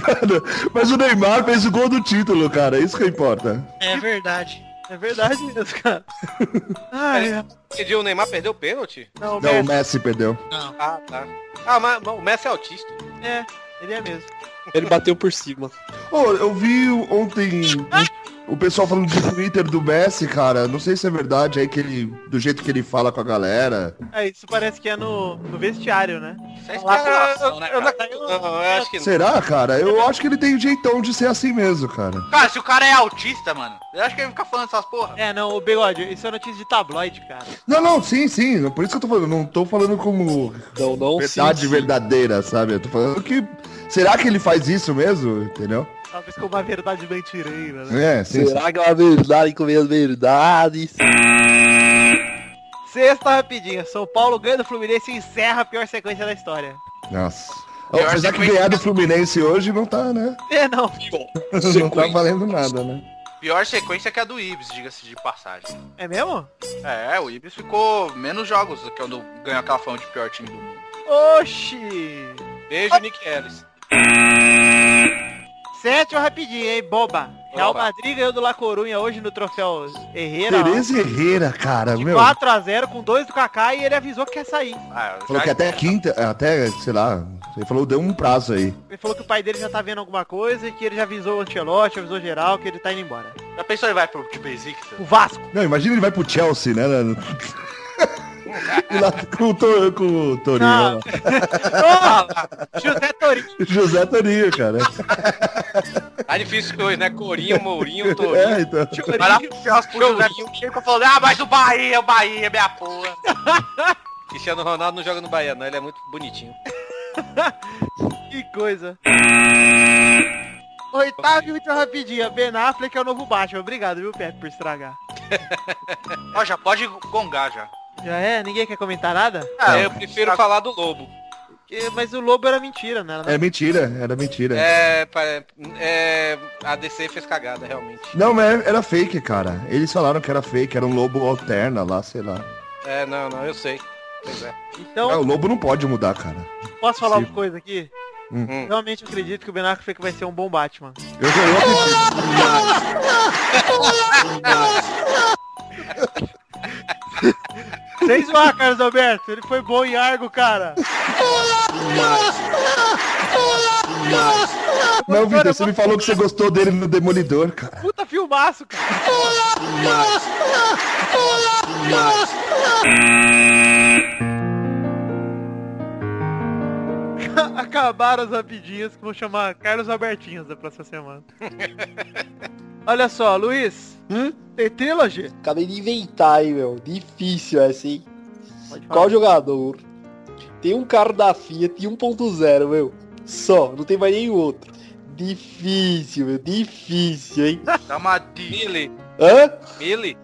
Speaker 3: peraí. Mano, mas o Neymar fez o gol do título, cara. Isso que importa.
Speaker 6: É verdade.
Speaker 7: É verdade mesmo, cara. Ai,
Speaker 8: Entendi, o Neymar perdeu o pênalti?
Speaker 7: não,
Speaker 3: Não, o
Speaker 7: Messi.
Speaker 3: Messi perdeu.
Speaker 6: Não.
Speaker 8: Ah, tá. Ah, mas, mas o Messi é autista.
Speaker 7: É, ele é mesmo.
Speaker 2: Ele bateu por cima.
Speaker 3: Ô, eu vi ontem um- O pessoal falando de Twitter do Messi, cara, não sei se é verdade aí que ele. Do jeito que ele fala com a galera.
Speaker 7: É, isso parece que é no, no vestiário, né?
Speaker 4: Isso é
Speaker 7: Lá-
Speaker 4: especulação, né,
Speaker 8: Eu
Speaker 4: cara?
Speaker 8: não, não, eu acho que não.
Speaker 3: Será, cara? Eu acho que ele tem um jeitão de ser assim mesmo, cara.
Speaker 4: Cara, se o cara é autista, mano, eu acho que ele fica falando essas porra.
Speaker 7: É, não, o bigode, isso é notícia de tabloide, cara.
Speaker 3: Não, não, sim, sim. Por isso que eu tô falando. Não tô falando como
Speaker 9: Não, não,
Speaker 3: verdade verdadeira, sabe? Eu tô falando que. Será que ele faz isso mesmo? Entendeu?
Speaker 7: Talvez com uma verdade mentireira, né?
Speaker 3: É, sim. sim.
Speaker 9: Será que é uma verdade com minhas verdades?
Speaker 7: Sexta rapidinha, São Paulo ganha do Fluminense e encerra a pior sequência da história.
Speaker 3: Nossa.
Speaker 4: Eu acho
Speaker 3: Apesar que
Speaker 4: que vai-
Speaker 3: ganhar do Fluminense hoje não tá, né?
Speaker 7: É, não.
Speaker 3: Não tá valendo nada, né?
Speaker 4: Pior sequência é que a do Ibis, diga-se de passagem.
Speaker 7: É mesmo?
Speaker 4: É, o Ibis ficou menos jogos do que quando ganhou aquela fama de pior time do mundo.
Speaker 7: Oxi!
Speaker 8: Beijo, Nick Harris.
Speaker 7: Sétima rapidinho, hein? Boba. Real
Speaker 8: Boba.
Speaker 7: Madrid ganhou do La Corunha hoje no troféu Herrera. ó,
Speaker 3: Tereza Herrera, cara,
Speaker 7: De
Speaker 3: meu.
Speaker 7: 4x0 com dois do Kaká e ele avisou que ia sair.
Speaker 4: Ah, eu
Speaker 3: Falou que até quinta, até, sei lá, ele falou deu um prazo aí.
Speaker 7: Ele falou que o pai dele já tá vendo alguma coisa e que ele já avisou o Ancelotti, avisou geral, que ele tá indo embora.
Speaker 4: já pensou ele vai pro tipo, Besiktas?
Speaker 7: O Vasco.
Speaker 3: Não, imagina ele vai pro Chelsea, né? né? E lá com o, Tor- com o Torinho. né?
Speaker 7: Ah.
Speaker 3: lá.
Speaker 7: Ô, José Torinho.
Speaker 3: José Torinho, cara.
Speaker 8: Tá difícil hoje, né? Corinho, Mourinho, Torinho.
Speaker 3: É, então.
Speaker 4: Vai lá pro Chelsea, pro José Chico falando, ah, mas o Bahia, o Bahia, minha porra.
Speaker 8: Cristiano Ronaldo não joga no Bahia, não. Ele é muito bonitinho.
Speaker 7: Que coisa. Oitavo e última rapidinha. Ben Affleck é o novo Batman. Obrigado, viu, Pepe, por estragar.
Speaker 4: Ó, já pode gongar já.
Speaker 7: Já é? Ninguém quer comentar nada?
Speaker 8: Ah,
Speaker 3: É.
Speaker 8: eu prefiro falar do Lobo.
Speaker 7: É, Mas o Lobo era mentira, né? Ela não-
Speaker 3: É mentira, era mentira.
Speaker 8: É, pa- é, a DC fez cagada, realmente.
Speaker 3: Não, mas é, era fake, cara. Eles falaram que era fake, era um lobo alterna lá, sei lá.
Speaker 8: É, não, não, eu sei. Pois é.
Speaker 7: Então,
Speaker 3: Ah, o lobo não pode mudar, cara.
Speaker 7: posso falar
Speaker 3: sim.
Speaker 7: uma coisa aqui?
Speaker 8: Hum.
Speaker 7: Realmente eu acredito que o Ben Affleck vai ser um bom Batman.
Speaker 3: Eu sou eu
Speaker 7: Sem zoar, Carlos Alberto. Ele foi bom em Argo, cara.
Speaker 3: Não, Vitor, você me falou que você gostou dele no Demolidor, cara.
Speaker 7: um Puta filmaço, cara. Acabaram as rapidinhas que vou chamar Carlos Albertinhas da próxima semana. Olha só, Luiz. Tem trilogy?
Speaker 9: Acabei de inventar, hein, meu. Difícil essa, hein?
Speaker 7: Pode falar.
Speaker 9: Qual jogador tem um carro da Fiat 1.0, meu? Só, não tem mais nenhum outro. Difícil, meu. Difícil, hein?
Speaker 4: Dá Tá uma dica.
Speaker 8: Mili,
Speaker 9: Hã?
Speaker 8: Mili,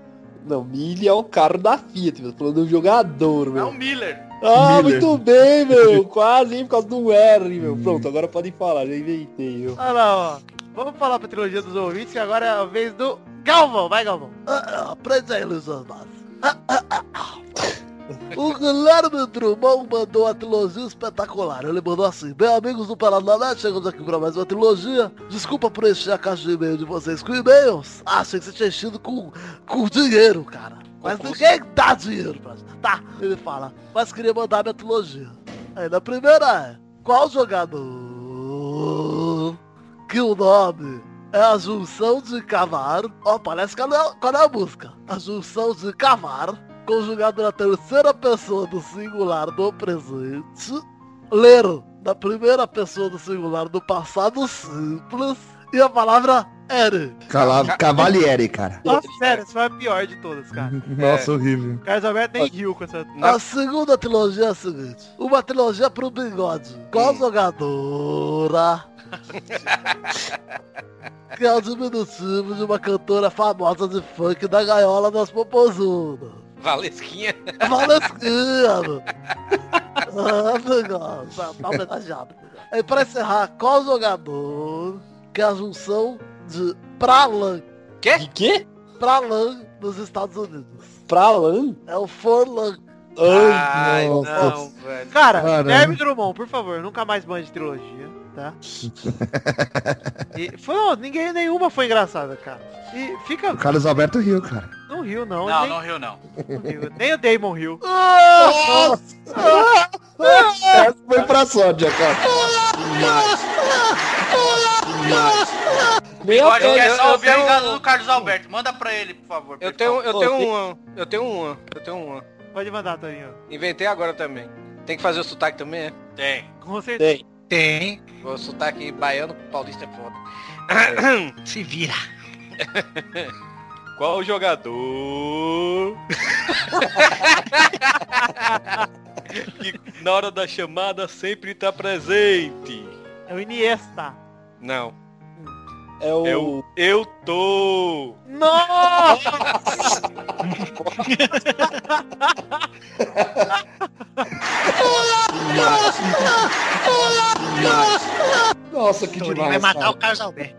Speaker 9: Não, Mille é o carro da Fiat, meu. Tô falando do jogador,
Speaker 4: É
Speaker 9: meu.
Speaker 4: o Miller.
Speaker 9: Ah,
Speaker 3: Miller.
Speaker 9: muito bem, meu. Quase, hein, por causa do R, meu. Pronto, agora podem falar, já inventei, meu.
Speaker 7: Olha lá, ó. Vamos falar pra trilogia dos ouvintes que agora é a vez do Galvão. Vai, Galvão.
Speaker 9: Aprende Ah, aí, Luiz Osmar. O Guilherme Drummond mandou uma trilogia espetacular. Ele mandou assim, bem amigos do Paraná, né? chegamos aqui para mais uma trilogia. Desculpa por encher a caixa de e-mail de vocês com e-mails. Ah, Achei que você tinha enchido com, com dinheiro, cara. Mas ninguém dá dinheiro pra gente. Tá, ele fala, mas queria mandar minha trilogia. Aí na primeira é, qual jogador que o nome é a junção de cavar. Ó, parece que é, qual é a música. A junção de cavar, conjugado na terceira pessoa do singular do presente. Ler na primeira pessoa do singular do passado simples. E a palavra Ere.
Speaker 3: Cala- Cavalieri, cara.
Speaker 7: Nossa, sério, essa foi a é pior de todas, cara. É.
Speaker 3: Nossa, horrível.
Speaker 7: O Carlos Alberto nem riu com essa...
Speaker 8: na-
Speaker 9: A segunda trilogia é a seguinte. Uma trilogia pro bigode. Qual jogadora? que é o diminutivo de uma cantora famosa de funk da gaiola das popozudas.
Speaker 8: Valesquinha.
Speaker 9: Valesquinha! ah, legal. Tá, tá homenageado. E pra encerrar, qual jogador que é a junção de Pralan?
Speaker 8: Quê?
Speaker 9: De quê? Pralan nos Estados Unidos. Pralan? Ah, É o Forlan. Ai,
Speaker 8: não, velho.
Speaker 7: Cara,
Speaker 3: Caramba.
Speaker 7: Guilherme Drummond, por favor, nunca mais mande trilogia, tá? E foi, não, ninguém, nenhuma foi engraçada, cara. E fica...
Speaker 3: O Carlos Alberto riu, cara.
Speaker 7: Não riu, não.
Speaker 4: Não,
Speaker 7: nem,
Speaker 4: não riu não.
Speaker 7: não riu. nem o Damon riu.
Speaker 3: Essa foi pra sorte, cara.
Speaker 4: Eu acho que
Speaker 8: eu-
Speaker 4: é
Speaker 8: eu-
Speaker 4: só
Speaker 8: eu
Speaker 4: o obrigado
Speaker 8: tenho-
Speaker 4: do Carlos Alberto. Manda pra ele, por favor.
Speaker 8: Eu
Speaker 4: por
Speaker 8: tenho,
Speaker 4: favor.
Speaker 8: eu tenho uma, eu tenho uma, eu tenho uma.
Speaker 7: Pode mandar, Toninho.
Speaker 8: Inventei agora também. Tem que fazer o sotaque também, é?
Speaker 4: Tem.
Speaker 7: Com certeza.
Speaker 10: Tem.
Speaker 6: Tem.
Speaker 8: O sotaque baiano com paulista é foda.
Speaker 6: Se vira.
Speaker 8: Qual jogador que na hora da chamada sempre tá presente?
Speaker 7: É o Iniesta.
Speaker 8: Não.
Speaker 10: É o.
Speaker 8: eu tô.
Speaker 7: Nossa!
Speaker 10: Nossa, que
Speaker 6: Torinho vai matar o Carlos Alberto.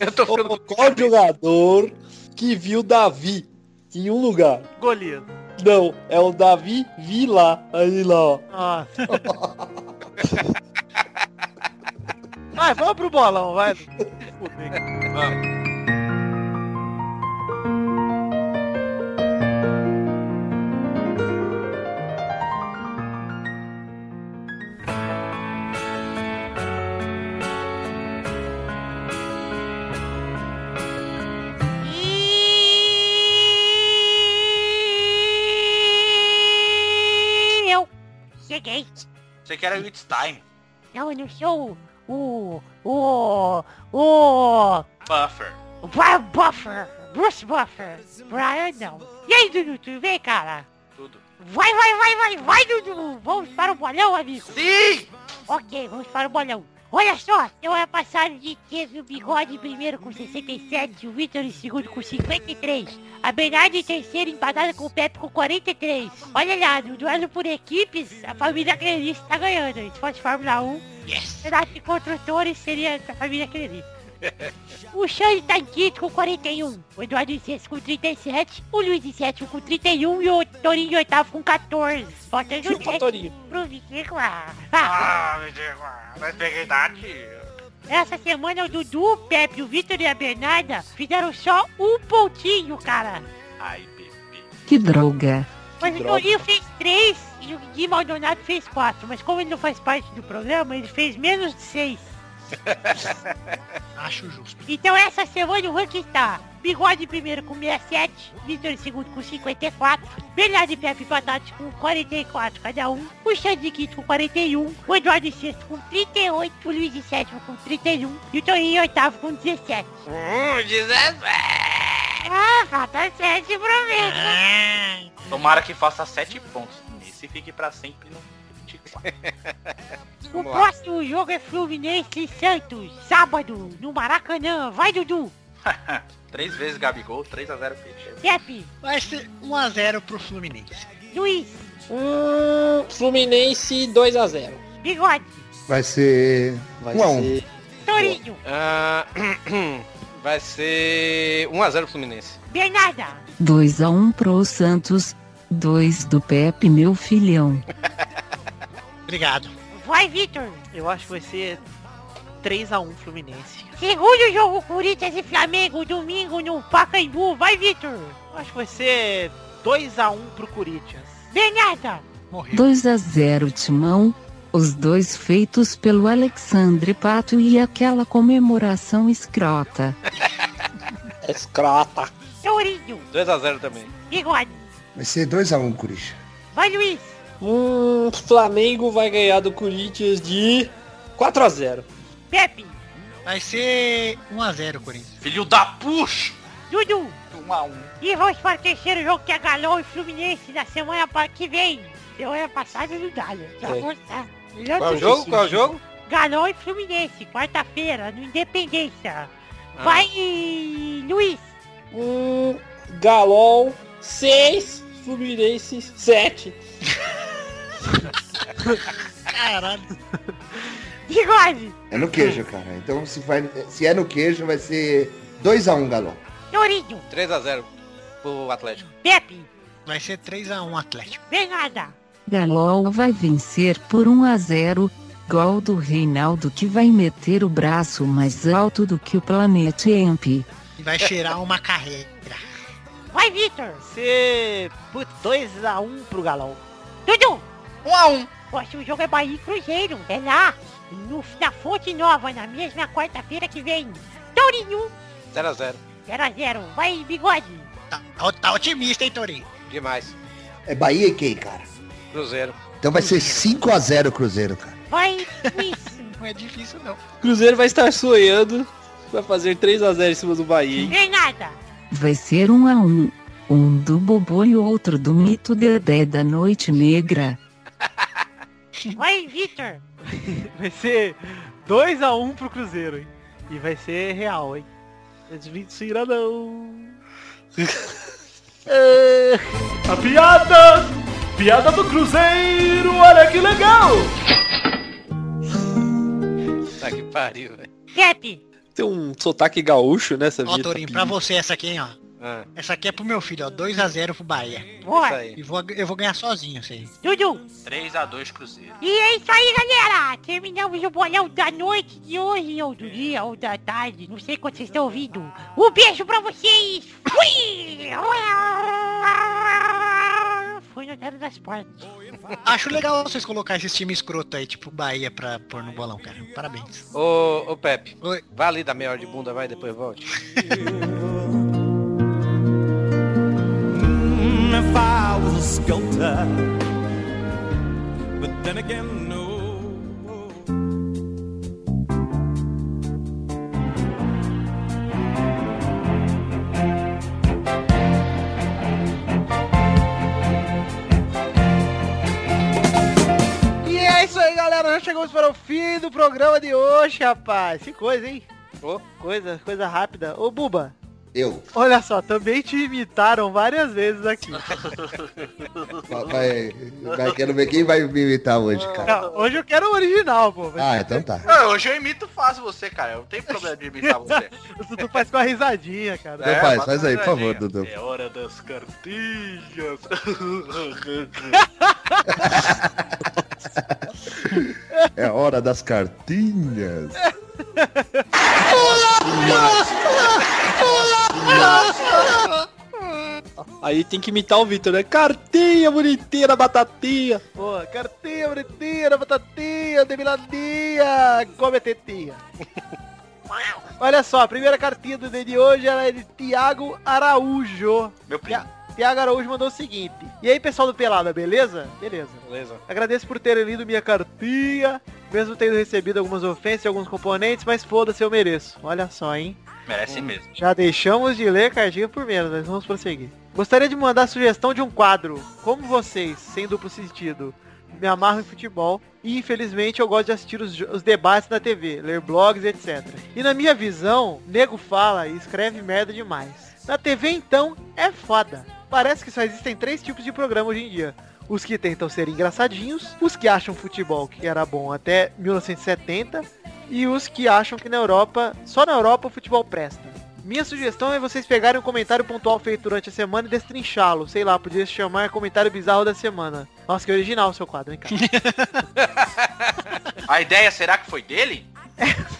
Speaker 8: Eu tô ficando com
Speaker 10: Qual jogador que viu Davi em um lugar?
Speaker 7: Golias.
Speaker 10: Não, é o Davi Vila. Aí lá, ó.
Speaker 6: Ah.
Speaker 7: Nossa. vai, vamos pro bolão, vai. Fudeu.
Speaker 11: E eu cheguei.
Speaker 4: Você quer o It's Time.
Speaker 11: Não, eu não sou o. O. O.
Speaker 4: Buffer.
Speaker 11: o Brian Buffer. Bruce Buffer. Brian não. E aí, Dudu, tudo bem, cara?
Speaker 4: Tudo.
Speaker 11: Vai, vai, vai, vai, vai, Dudu! Vamos para o bolão, amigo!
Speaker 4: Sim!
Speaker 11: Ok, vamos para o bolão. Olha só, semana passada a gente teve o Bigode em primeiro com 67, o Vitor em segundo com 53, a Bernardo em terceiro empatada com o Pepe com 43. Olha lá, no duelo por equipes, a família Crelice tá ganhando. Esporte Fórmula 1,
Speaker 6: Yes.
Speaker 11: Renato contra o Torres seria a família Crelice. O Xande tá em quinto com 41, o Eduardo em sexto com 37, o Luiz em sétimo com 31 e o Torinho em oitavo com 14. Faltando
Speaker 10: Chupa,
Speaker 11: 10
Speaker 10: Torinho.
Speaker 11: pro Vitor. Ah,
Speaker 4: Ah, me diga, mas peguei idade.
Speaker 11: Essa semana o Dudu, o Pepe, o Vitor e a Bernarda fizeram só um pontinho, cara.
Speaker 4: Ai, bebê.
Speaker 1: Que droga.
Speaker 11: Mas então o
Speaker 10: droga.
Speaker 11: Torinho fez três e o Gui Maldonado fez quatro. Mas como ele não faz parte do programa, ele fez menos de seis.
Speaker 6: Acho justo.
Speaker 11: Então essa semana o ranking está Bigode em primeiro com 67, Vitor em segundo com 54, Bernardo e Pepe empatados com 44 cada um, o Xande em quinto com 41, o Eduardo em sexto com 38, o Luiz em sétimo com 31 e o Torinho em oitavo com 17.
Speaker 8: Hum, 17.
Speaker 11: Ah, falta sete pra mim.
Speaker 4: Tomara que faça 7 pontos nesse e fique pra sempre no 24.
Speaker 11: O
Speaker 8: Vamos lá.
Speaker 11: próximo jogo é Fluminense e Santos, sábado, no Maracanã. Vai, Dudu.
Speaker 4: Três vezes Gabigol, 3x0 Peixe.
Speaker 11: Pepe,
Speaker 6: Vai ser 1x0 pro Fluminense.
Speaker 11: Luiz,
Speaker 10: Hum, Fluminense 2x0.
Speaker 11: Bigode,
Speaker 3: Vai ser.
Speaker 10: Vai
Speaker 3: Um a um.
Speaker 10: ser.
Speaker 11: Torinho,
Speaker 8: Ah, vai ser 1x0 Fluminense.
Speaker 11: Bernarda,
Speaker 1: 2 a 1 pro Santos. 2 do Pepe, meu filhão.
Speaker 6: Obrigado.
Speaker 11: vai, Vitor.
Speaker 7: Eu acho que vai ser 3x1 Fluminense.
Speaker 11: Segundo jogo, Corinthians e Flamengo, domingo no Pacaembu. Vai, Vitor.
Speaker 7: Eu acho que vai ser 2x1 pro Corinthians.
Speaker 11: Bernarda,
Speaker 6: Morreu.
Speaker 1: 2 a 0 Timão. Os dois feitos pelo Alexandre Pato e aquela comemoração escrota.
Speaker 10: Escrota.
Speaker 11: Torinho,
Speaker 8: 2x0 também.
Speaker 11: Bigode.
Speaker 3: Vai ser 2x1, um, Corinthians.
Speaker 11: Vai, Luiz.
Speaker 10: Hum, Flamengo vai ganhar do Corinthians de 4x0.
Speaker 11: Pepe,
Speaker 6: Vai ser 1x0 Corinthians.
Speaker 4: Filho da
Speaker 7: Uh!
Speaker 4: puxa!
Speaker 11: Dudu.
Speaker 4: 1x1.
Speaker 11: E vamos para o terceiro jogo que é Galão e Fluminense na semana pa- que vem. Semana passada no Galo. Já
Speaker 10: É.
Speaker 11: vou- tá. Já
Speaker 8: Qual
Speaker 11: tô-
Speaker 8: jogo? Qual jogo?
Speaker 11: Galão e Fluminense, quarta-feira, no Independência.
Speaker 8: Ah.
Speaker 11: Vai, Luiz.
Speaker 9: Um,
Speaker 10: Hum, Galol 6, Fluminense 7.
Speaker 6: Caralho.
Speaker 11: Bigode.
Speaker 3: É no queijo, cara. Então se, vai, se é no queijo, vai ser 2x1, um, Galão.
Speaker 11: Torinho.
Speaker 8: 3x0 pro Atlético.
Speaker 11: Pepe.
Speaker 6: Vai ser 3x1 Atlético.
Speaker 11: Bernarda.
Speaker 1: Galol vai vencer por 1 a 0. Gol do Reinaldo que vai meter o braço mais alto do que o planeta Emp.
Speaker 6: E vai cheirar uma carreira.
Speaker 11: Vai, Vitor.
Speaker 7: Vai ser putz, 2x1 pro Galão.
Speaker 11: Dudu.
Speaker 4: 1x1.
Speaker 11: Próximo jogo é Bahia e Cruzeiro. É lá. no- na Fonte Nova, na mesma quarta-feira que vem. Não nenhum.
Speaker 8: 0x0.
Speaker 11: 0x0. Vai, bigode.
Speaker 6: Tá, tá otimista, hein, Torinho?
Speaker 8: Demais.
Speaker 12: É Bahia e quem, cara?
Speaker 8: Cruzeiro.
Speaker 12: Então vai ser 5x0 Cruzeiro, cara.
Speaker 11: Vai, isso.
Speaker 6: não é difícil, não.
Speaker 9: Cruzeiro vai estar sonhando. Vai fazer 3x0 em cima do Bahia, hein?
Speaker 11: Nem nada.
Speaker 1: Vai ser um a um. Um do Bobo e outro do Mito Dedé da Noite Negra.
Speaker 11: Vai, Vitor.
Speaker 7: Vai ser 2x1 pro Cruzeiro, hein? E vai ser real, hein? É de mentira, não. É.
Speaker 5: A piada! Piada do Cruzeiro, olha que legal!
Speaker 8: Tá que pariu, velho.
Speaker 11: Cap.
Speaker 9: Tem um sotaque gaúcho né, nessa
Speaker 6: Ó,
Speaker 9: vida.
Speaker 6: Torinho, pra você essa aqui, hein, ó. Essa aqui é pro meu filho, ó. 2x0 pro Bahia.
Speaker 11: Boa.
Speaker 8: Ah. Isso aí.
Speaker 6: E vou, eu vou ganhar sozinho, isso aí.
Speaker 11: Dudu.
Speaker 4: 3x2 Cruzeiro.
Speaker 11: E é isso aí, galera. Terminamos o bolão da noite de hoje, ou do dia, ou da tarde. Não sei quando vocês estão ouvindo. Um beijo pra vocês. Fui. Fui no dedo das portas.
Speaker 6: Acho legal vocês colocar esses times escroto aí, tipo Bahia, pra pôr no bolão, cara. Parabéns.
Speaker 8: Ô, ô Pepe, vai ali da meia hora de bunda, vai, depois volte.
Speaker 5: If I was a sculptor, but then again, no.
Speaker 7: E é isso aí, galera. Já chegamos para o fim do programa de hoje, rapaz. Que coisa, hein? Coisa, coisa rápida. Ô, Buba.
Speaker 12: Eu.
Speaker 7: Olha só, também te imitaram várias vezes aqui.
Speaker 12: Vai, vai- vai- quero ver quem vai me imitar hoje, cara.
Speaker 7: Não, hoje eu quero o original, pô.
Speaker 12: Ah, então tá.
Speaker 4: Ah, hoje eu imito fácil você, cara. Eu não tenho problema de imitar você.
Speaker 7: tu faz com a risadinha, cara.
Speaker 12: Então faz, faz aí, por favor, Dudu.
Speaker 4: É hora das cartilhas.
Speaker 3: É hora das cartinhas.
Speaker 9: Aí tem que imitar o Vitor, né? Cartinha bonitinha da batatinha.
Speaker 7: Boa, cartinha, bonitinha, batatinha, demiladinha, come a tetinha. Olha só, a primeira cartinha do dia de hoje ela é de Tiago Araújo.
Speaker 4: Meu
Speaker 7: primo. Tiago Araújo mandou o seguinte. E aí, pessoal do Pelada, beleza? Beleza.
Speaker 8: Beleza.
Speaker 7: Agradeço por terem lido minha cartinha, mesmo tendo recebido algumas ofensas e alguns componentes, mas foda-se, eu mereço. Olha só, hein?
Speaker 4: Merece mesmo.
Speaker 7: Já deixamos de ler cartinha por menos, mas vamos prosseguir. Gostaria de mandar a sugestão de um quadro. Como vocês, sem duplo sentido, me amarro em futebol e infelizmente eu gosto de assistir os, jo- os debates na TV, ler blogs, etc. E na minha visão, nego fala e escreve merda demais. Na TV então, é foda. Parece que só existem três tipos de programa hoje em dia. Os que tentam ser engraçadinhos, os que acham futebol que era bom até 1970 e os que acham que na Europa, só na Europa o futebol presta. Minha sugestão é vocês pegarem um comentário pontual feito durante a semana e destrinchá-lo. Sei lá, podia se chamar comentário bizarro da semana. Nossa, que original o seu quadro, hein, cara?
Speaker 4: A ideia será que foi dele?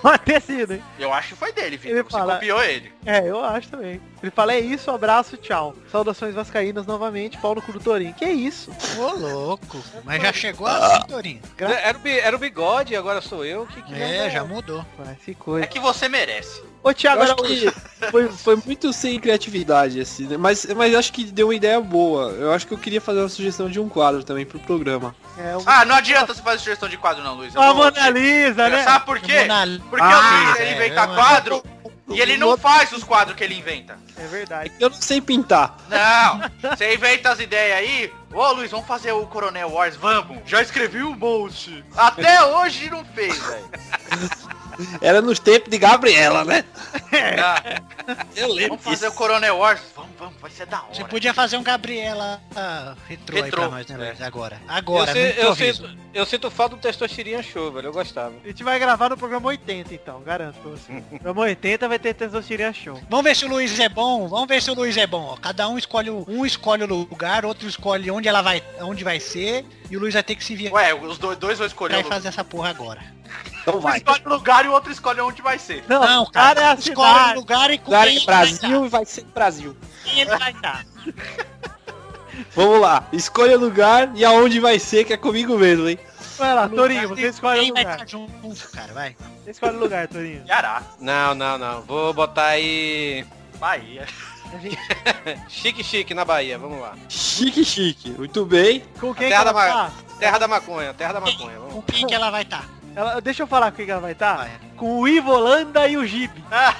Speaker 7: Pode ter sido, hein?
Speaker 4: Eu acho que foi dele,
Speaker 7: Ele
Speaker 4: Vitor. Você
Speaker 7: fala-
Speaker 4: copiou ele.
Speaker 7: É, eu acho também. Ele fala, é isso, abraço, tchau. Saudações vascaínas novamente, Paulo cu do Torinho. Que isso?
Speaker 6: Ô, louco. Mas já chegou assim, Torinho.
Speaker 8: Era o, bi- era o bigode, agora sou eu. Que, que
Speaker 6: É, já mudou.
Speaker 7: Vai, que coisa.
Speaker 4: É que você merece.
Speaker 7: Ô, Thiago, um
Speaker 9: Eu acho
Speaker 7: Araújo.
Speaker 9: que foi, foi muito sem criatividade, assim, né? Mas, mas acho que deu uma ideia boa. Eu acho que eu queria fazer uma sugestão de um quadro também pro programa.
Speaker 7: É, um...
Speaker 4: Ah, não adianta você fazer sugestão de quadro não, Luiz. Eu
Speaker 7: A
Speaker 4: vou-
Speaker 7: Mona Lisa, né?
Speaker 4: Sabe por quê?
Speaker 6: Mona-
Speaker 4: Porque
Speaker 7: Ah,
Speaker 4: o Luiz
Speaker 6: é,
Speaker 4: ele inventa
Speaker 6: eu-
Speaker 4: quadro e ele não faz os quadros que ele inventa.
Speaker 7: É verdade.
Speaker 9: Eu não sei pintar.
Speaker 4: Não, você inventa as ideias aí. Ô Luiz, vamos fazer o Coronel Wars, vamos. Já escrevi um monte. Até hoje não fez, velho.
Speaker 9: Era nos tempos de Gabriela, né?
Speaker 4: Não,
Speaker 9: Eu lembro
Speaker 4: Tá. Vamos fazer
Speaker 9: disso.
Speaker 4: o Coronel Wars. Vamos, vamos, vai ser da hora.
Speaker 6: Você podia fazer um Gabriela ah, retrô, aí
Speaker 4: Retrô,
Speaker 6: pra nós, né, Luiz? Agora.
Speaker 8: Eu,
Speaker 6: Agora,
Speaker 8: sei-
Speaker 6: no
Speaker 8: É. eu,
Speaker 6: improviso.
Speaker 8: sinto, eu sinto falta do Testosterinha Show, velho. Eu gostava.
Speaker 7: A gente vai gravar no programa 80, então, garanto pra você. programa 80 vai ter Tesourinha Show.
Speaker 6: Vamos ver se o Luiz é bom, vamos ver se o Luiz é bom. ó. Cada um escolhe o- um escolhe o lugar, outro escolhe onde ela vai, onde vai ser, e o Luiz vai ter que se virar
Speaker 4: Ué, os dois, dois vão escolher.
Speaker 6: e
Speaker 4: o-
Speaker 6: fazer essa porra agora.
Speaker 9: Então
Speaker 4: Um
Speaker 9: vai.
Speaker 4: escolhe o lugar e o outro escolhe onde vai ser.
Speaker 7: Não,
Speaker 6: Não,
Speaker 7: o cara, é a
Speaker 6: escolhe o
Speaker 7: cidade.
Speaker 6: lugar e com
Speaker 9: Lugar
Speaker 6: quem
Speaker 9: em
Speaker 6: ele
Speaker 9: Brasil e vai ser Brasil.
Speaker 6: vai tá, quem ele vai estar.
Speaker 9: Vamos lá. Escolha o lugar e aonde vai ser, que é comigo mesmo, hein?
Speaker 7: Vai lá,
Speaker 6: Lugar
Speaker 7: Torinho,
Speaker 6: tem-
Speaker 7: você escolhe o
Speaker 6: quem vai
Speaker 7: lugar.
Speaker 6: tá junto, cara, vai.
Speaker 7: Você escolhe o lugar, Torinho.
Speaker 4: Ceará.
Speaker 8: Não, não, não. Vou botar aí.
Speaker 4: Bahia.
Speaker 8: chique chique na Bahia, vamos lá.
Speaker 9: Chique, chique. Muito bem.
Speaker 7: Com
Speaker 8: terra, da ma-
Speaker 7: tá?
Speaker 8: terra da maconha, terra da maconha. Vamos.
Speaker 6: Com quem que ela vai tá? estar?
Speaker 7: Ela, deixa eu falar com quem que ela vai estar. Com o Ivolanda e o Gibe.
Speaker 8: Ah.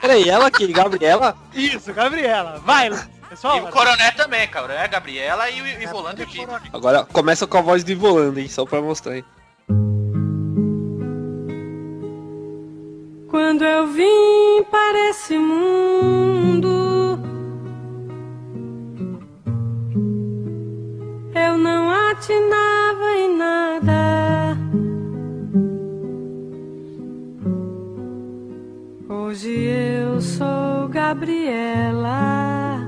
Speaker 9: Peraí, ela aqui, Gabriela?
Speaker 7: Isso, Gabriela. Vai, pessoal.
Speaker 4: E o Coroné também, cara. É a Gabriela e o e o Volando e o Tito.
Speaker 9: Agora começa com a voz do Ivolanda, hein? Só pra mostrar, hein?
Speaker 13: Quando eu vim para esse mundo, eu não atinava em nada. Hoje eu sou Gabriela.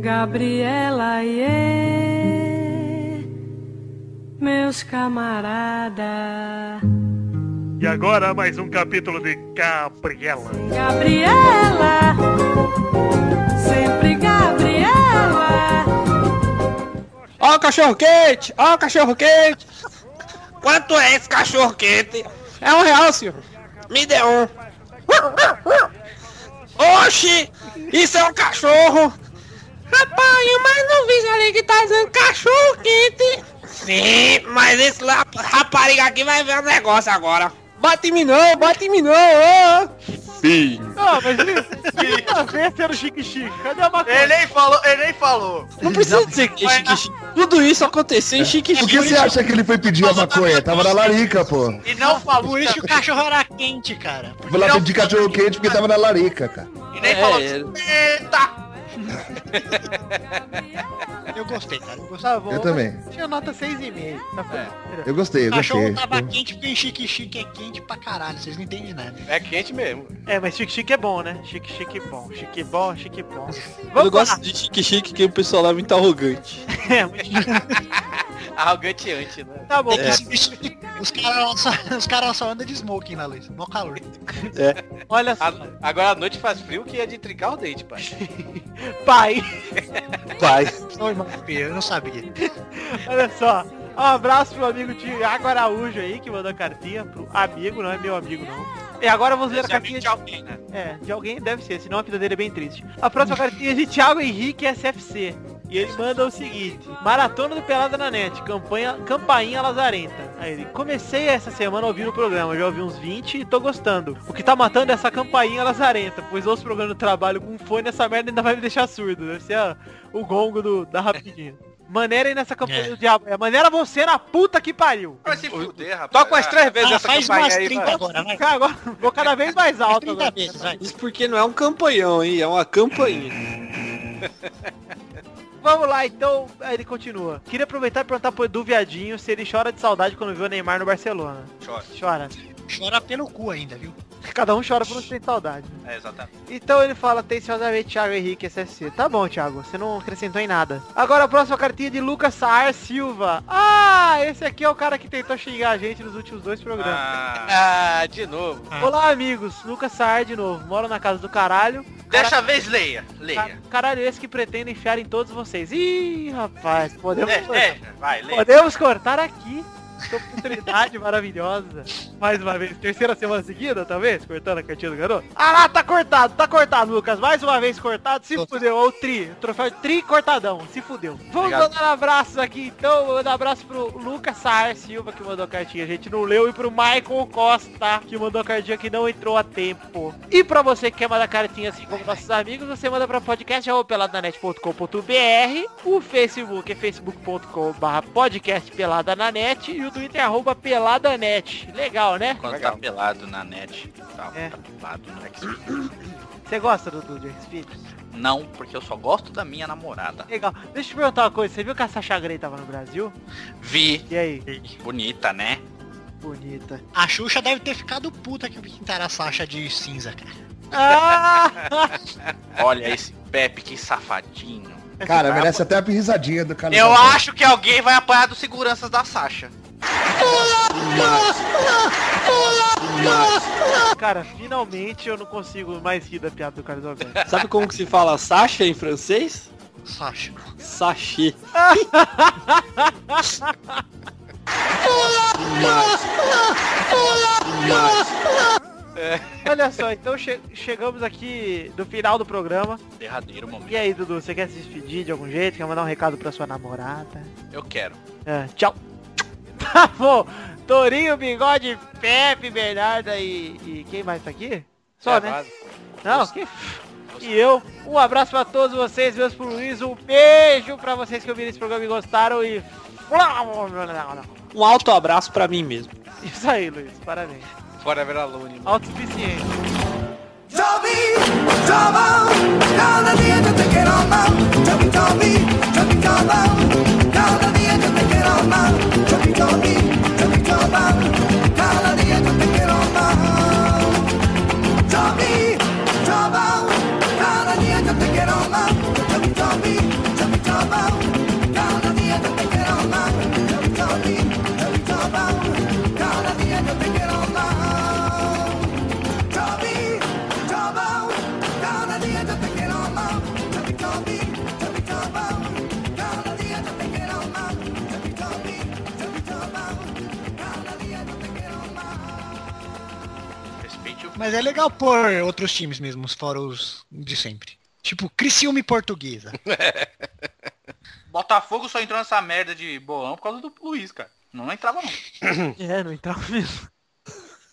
Speaker 13: Gabriela, yeah, meus camaradas.
Speaker 14: E agora mais um capítulo de Gabriela.
Speaker 13: Gabriela, sempre Gabriela.
Speaker 9: Ó o cachorro quente! Ó o cachorro quente! Quanto é esse cachorro quente? É um real, senhor. Me dê um. Oxi! Isso é um cachorro!
Speaker 13: Rapaz, mas não vi ali que tá dizendo cachorro quente.
Speaker 9: Sim, É, mas esse lá, rapariga aqui vai ver o negócio agora. Bate em mim não, bate em mim não! ó.
Speaker 3: Fim.
Speaker 7: Não, Ah, mas ele tá sendo chique-chique. Cadê a maconha?
Speaker 4: Ele nem falou, ele nem falou.
Speaker 9: Não precisa dizer que é chique chique. Tudo isso aconteceu em chique
Speaker 3: Por que
Speaker 9: chique.
Speaker 3: você acha que ele foi pedir a maconha? Tava na larica, pô.
Speaker 4: E não falou.
Speaker 6: Por isso que o cachorro era quente, cara.
Speaker 3: Foi lá pedir cachorro quente porque tava na larica, cara.
Speaker 4: E nem
Speaker 9: falou.
Speaker 6: Eu gostei, cara. Eu gostei.
Speaker 7: Tá bom.
Speaker 3: Eu também.
Speaker 7: Tinha nota 6,5. Tá
Speaker 4: É.
Speaker 7: bom.
Speaker 3: Eu gostei, eu
Speaker 6: O cachorro
Speaker 3: gostei.
Speaker 6: tava quente porque chique-chique é quente pra caralho. Vocês não entendem nada.
Speaker 8: É quente mesmo.
Speaker 7: É, mas chique-chique é bom, né? Chique-chique é bom. Chique bom, chique é bom.
Speaker 9: eu gosto de chique chique que o pessoal lá é muito arrogante.
Speaker 8: Arrogante antes, né?
Speaker 7: Tá bom.
Speaker 6: Tem que substituir. Os caras só, os cara só andam de smoking na luz. Mó calor.
Speaker 7: Olha
Speaker 8: só. agora à noite faz frio que é de trincar o dente, pai.
Speaker 7: Pai.
Speaker 9: Pai.
Speaker 6: Ô, irmão, eu não sabia.
Speaker 7: Olha só. Um abraço pro amigo Tiago Araújo aí, que mandou a cartinha pro amigo, não é meu amigo não. E agora vamos ler a cartinha de
Speaker 4: alguém, né?
Speaker 7: É, de alguém deve ser, senão a vida dele é bem triste. A próxima cartinha é de Thiago Henrique SFC. E ele manda o seguinte. Maratona do Pelada na Net, campanha, campainha lazarenta. Aí ele, comecei essa semana a ouvir o programa, já ouvi uns 20 e tô gostando. O que tá matando é essa campainha lazarenta, pois ouço o programa do trabalho com fone, essa merda ainda vai me deixar surdo. Deve ser a- o gongo do, da rapidinha. Maneira aí nessa campanha do diabo. É, maneira você na puta que pariu.
Speaker 4: Vai se fuder, rapaz.
Speaker 9: Toca umas três
Speaker 7: Ah,
Speaker 9: vezes essa campainha aí, vai.
Speaker 7: Cara, agora né? vou cada vez mais alto. agora.
Speaker 9: Isso porque não é um campanhão, hein? É uma campainha.
Speaker 7: Vamos lá, então. Aí ele continua. Queria aproveitar e perguntar pro Edu Viadinho se ele chora de saudade quando vê o Neymar no Barcelona.
Speaker 4: Chora.
Speaker 7: Chora.
Speaker 6: Chora pelo cu ainda, viu?
Speaker 7: Cada um chora quando tem saudade.
Speaker 4: É, exatamente.
Speaker 7: Então ele fala atenciosamente Thiago Henrique SSC. Tá bom, Thiago, você não acrescentou em nada. Agora a próxima cartinha é de Lucas Saar Silva. Ah, esse aqui é o cara que tentou xingar a gente nos últimos dois programas.
Speaker 8: Ah, de novo.
Speaker 7: Olá, amigos. Lucas Saar de novo. Moro na casa do caralho.
Speaker 4: Dessa vez leia, leia.
Speaker 7: Caralho, é esse que pretendo enfiar em todos vocês. Ih, rapaz, podemos...
Speaker 4: É, é, vai, leia.
Speaker 7: Podemos cortar aqui. Essa oportunidade maravilhosa. Mais uma vez, terceira semana seguida, talvez, cortando a cartinha do garoto. Ah lá, tá cortado, tá cortado, Lucas. Mais uma vez cortado, se fudeu. Ou tri, troféu tri cortadão, se fudeu. Vamos
Speaker 4: Obrigado.
Speaker 7: mandar abraços aqui, então. Vou mandar abraço pro Lucas Saar Silva, que mandou a cartinha, a gente não leu. E pro Michael Costa, que mandou a cartinha que não entrou a tempo. E pra você que quer mandar cartinha assim como nossos amigos, você manda pra podcast peladananet.com.br O Facebook é facebook.com barra podcast peladananet e o Twitter é arroba peladanet. Legal, né?
Speaker 4: Quando tá pelado na net, tá,
Speaker 7: É.
Speaker 4: tá pelado no Xvideos.
Speaker 7: Você gosta do, do James Phillips?
Speaker 4: Não, porque eu só gosto da minha namorada.
Speaker 7: Legal. Deixa eu te perguntar uma coisa. Você viu que a Sasha Grey tava no Brasil?
Speaker 4: Vi.
Speaker 7: E aí?
Speaker 4: Bonita, né?
Speaker 7: Bonita.
Speaker 6: A Xuxa deve ter ficado puta que pintaram a Sasha de cinza, cara.
Speaker 4: Ah, Olha esse Pepe, que safadinho.
Speaker 3: Cara, merece até a risadinha do cara.
Speaker 4: Eu acho que alguém vai apanhar dos seguranças da Sasha.
Speaker 7: Cara, finalmente eu não consigo mais rir da piada do Carlos Alberto.
Speaker 9: Sabe como que se fala Sasha em francês?
Speaker 15: Sasha.
Speaker 16: Sachê.
Speaker 7: Olha só, então che- chegamos aqui no final do programa.
Speaker 4: Derradeiro momento.
Speaker 7: E aí, Dudu, você quer se despedir de algum jeito? Quer mandar um recado pra sua namorada?
Speaker 4: Eu quero.
Speaker 7: É, tchau. Tá bom. Torinho, Bigode, Pepe, Bernarda e, e quem mais tá aqui? Só,
Speaker 8: É,
Speaker 7: né?
Speaker 8: base.
Speaker 7: Não, que... E eu, um abraço pra todos vocês, meus pro Luiz, um beijo pra vocês que ouviram esse programa e gostaram e...
Speaker 16: Um alto abraço pra mim mesmo.
Speaker 7: Isso aí, Luiz, parabéns.
Speaker 8: Forever Alone.
Speaker 7: Autossuficiente. Mas é legal pôr outros times mesmo, fora os de sempre. Tipo, Criciúma e Portuguesa.
Speaker 4: Botafogo só entrou nessa merda de bolão por causa do Luiz, cara. Não entrava não.
Speaker 7: É, não entrava mesmo.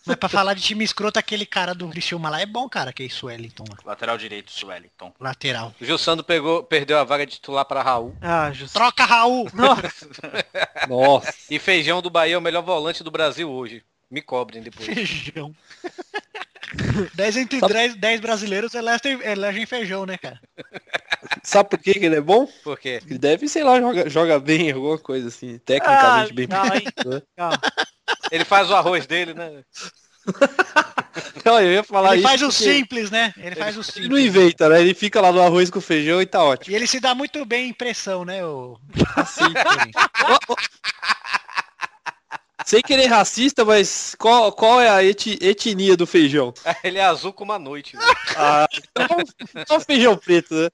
Speaker 6: Mas pra falar de time escroto, aquele cara do Criciúma lá é bom, cara, que é isso, Wellington lá.
Speaker 4: Lateral direito, Wellington.
Speaker 6: Lateral.
Speaker 8: Jussando pegou, perdeu a vaga de titular para Raul.
Speaker 7: Ah, justo.
Speaker 6: Troca Raul!
Speaker 8: Nossa. E Feijão do Bahia é o melhor volante do Brasil hoje. Me cobrem depois.
Speaker 6: Feijão. 10 entre 10, brasileiros é elegem, elegem feijão, né, cara?
Speaker 2: Sabe por que que ele é bom?
Speaker 8: Por quê?
Speaker 2: Ele deve, sei lá, joga, joga bem, alguma coisa assim. Tecnicamente bem. Né?
Speaker 8: não, hein? Ele faz o arroz dele, né?
Speaker 2: Não, eu ia falar
Speaker 6: ele
Speaker 2: isso
Speaker 6: faz o
Speaker 2: porque
Speaker 6: simples, né? Ele faz o
Speaker 2: Ele não
Speaker 6: simples.
Speaker 2: inventa, né? Ele fica lá no arroz com feijão e tá ótimo.
Speaker 6: E ele se dá muito bem em pressão, né? O...
Speaker 2: Sem querer é racista, mas qual, qual é a eti- etnia do feijão?
Speaker 8: Ele é azul como a noite. né?
Speaker 2: Ah, só feijão preto, né?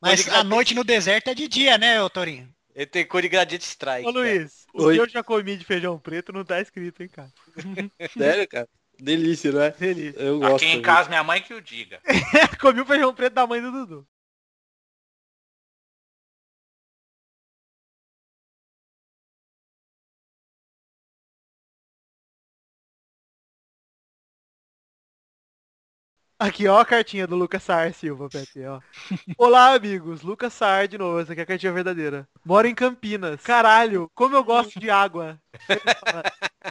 Speaker 6: Mas a noite no deserto é de dia, né, ô Torinho?
Speaker 8: Ele tem cor de gradiente strike.
Speaker 7: Ô, Luiz, o
Speaker 8: Oi.
Speaker 7: que eu já comi de feijão preto não tá escrito, hein, cara.
Speaker 2: Sério, cara? Delícia, não é?
Speaker 7: Delícia.
Speaker 2: Eu gosto.
Speaker 4: Aqui em
Speaker 2: muito.
Speaker 4: casa, minha mãe que o diga.
Speaker 7: comi o feijão preto da mãe do Dudu. Aqui, ó a cartinha do Lucas Saar Silva, Pepe, ó. Olá, amigos. Lucas Saar de novo. Essa aqui é a cartinha verdadeira. Moro em Campinas. Caralho, como eu gosto de água. Ele fala,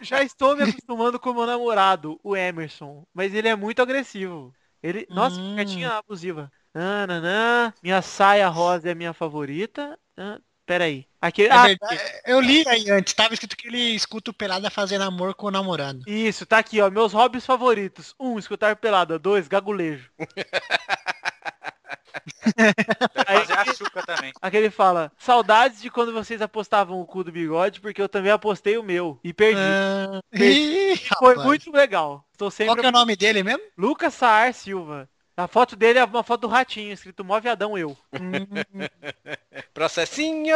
Speaker 7: Já estou me acostumando com meu namorado, o Emerson. Mas ele é muito agressivo. Ele... Nossa,
Speaker 4: Hum.
Speaker 7: que cartinha abusiva. Nananã, minha saia rosa é a minha favorita. Ah, peraí. Aqui...
Speaker 6: É
Speaker 7: ah,
Speaker 6: verdade. Eu li aí antes, tava escrito que ele escuta o Pelada fazendo amor com o namorado.
Speaker 7: Isso, tá aqui, ó. Meus hobbies favoritos. Um, escutar pelada. Dois, gagulejo. Aí,
Speaker 4: Fazer açúcar também.
Speaker 7: aqui ele fala, saudades de quando vocês apostavam o cu do bigode, porque eu também apostei o meu. E perdi. Perdi.
Speaker 6: Ah, Ih,
Speaker 7: Foi
Speaker 6: rapaz.
Speaker 7: muito legal. Estou sempre...
Speaker 6: Qual que é o nome dele mesmo?
Speaker 7: Lucas Saar Silva. A foto dele é uma foto do ratinho, escrito Mó Viadão Eu.
Speaker 6: Hum.
Speaker 8: Processinho!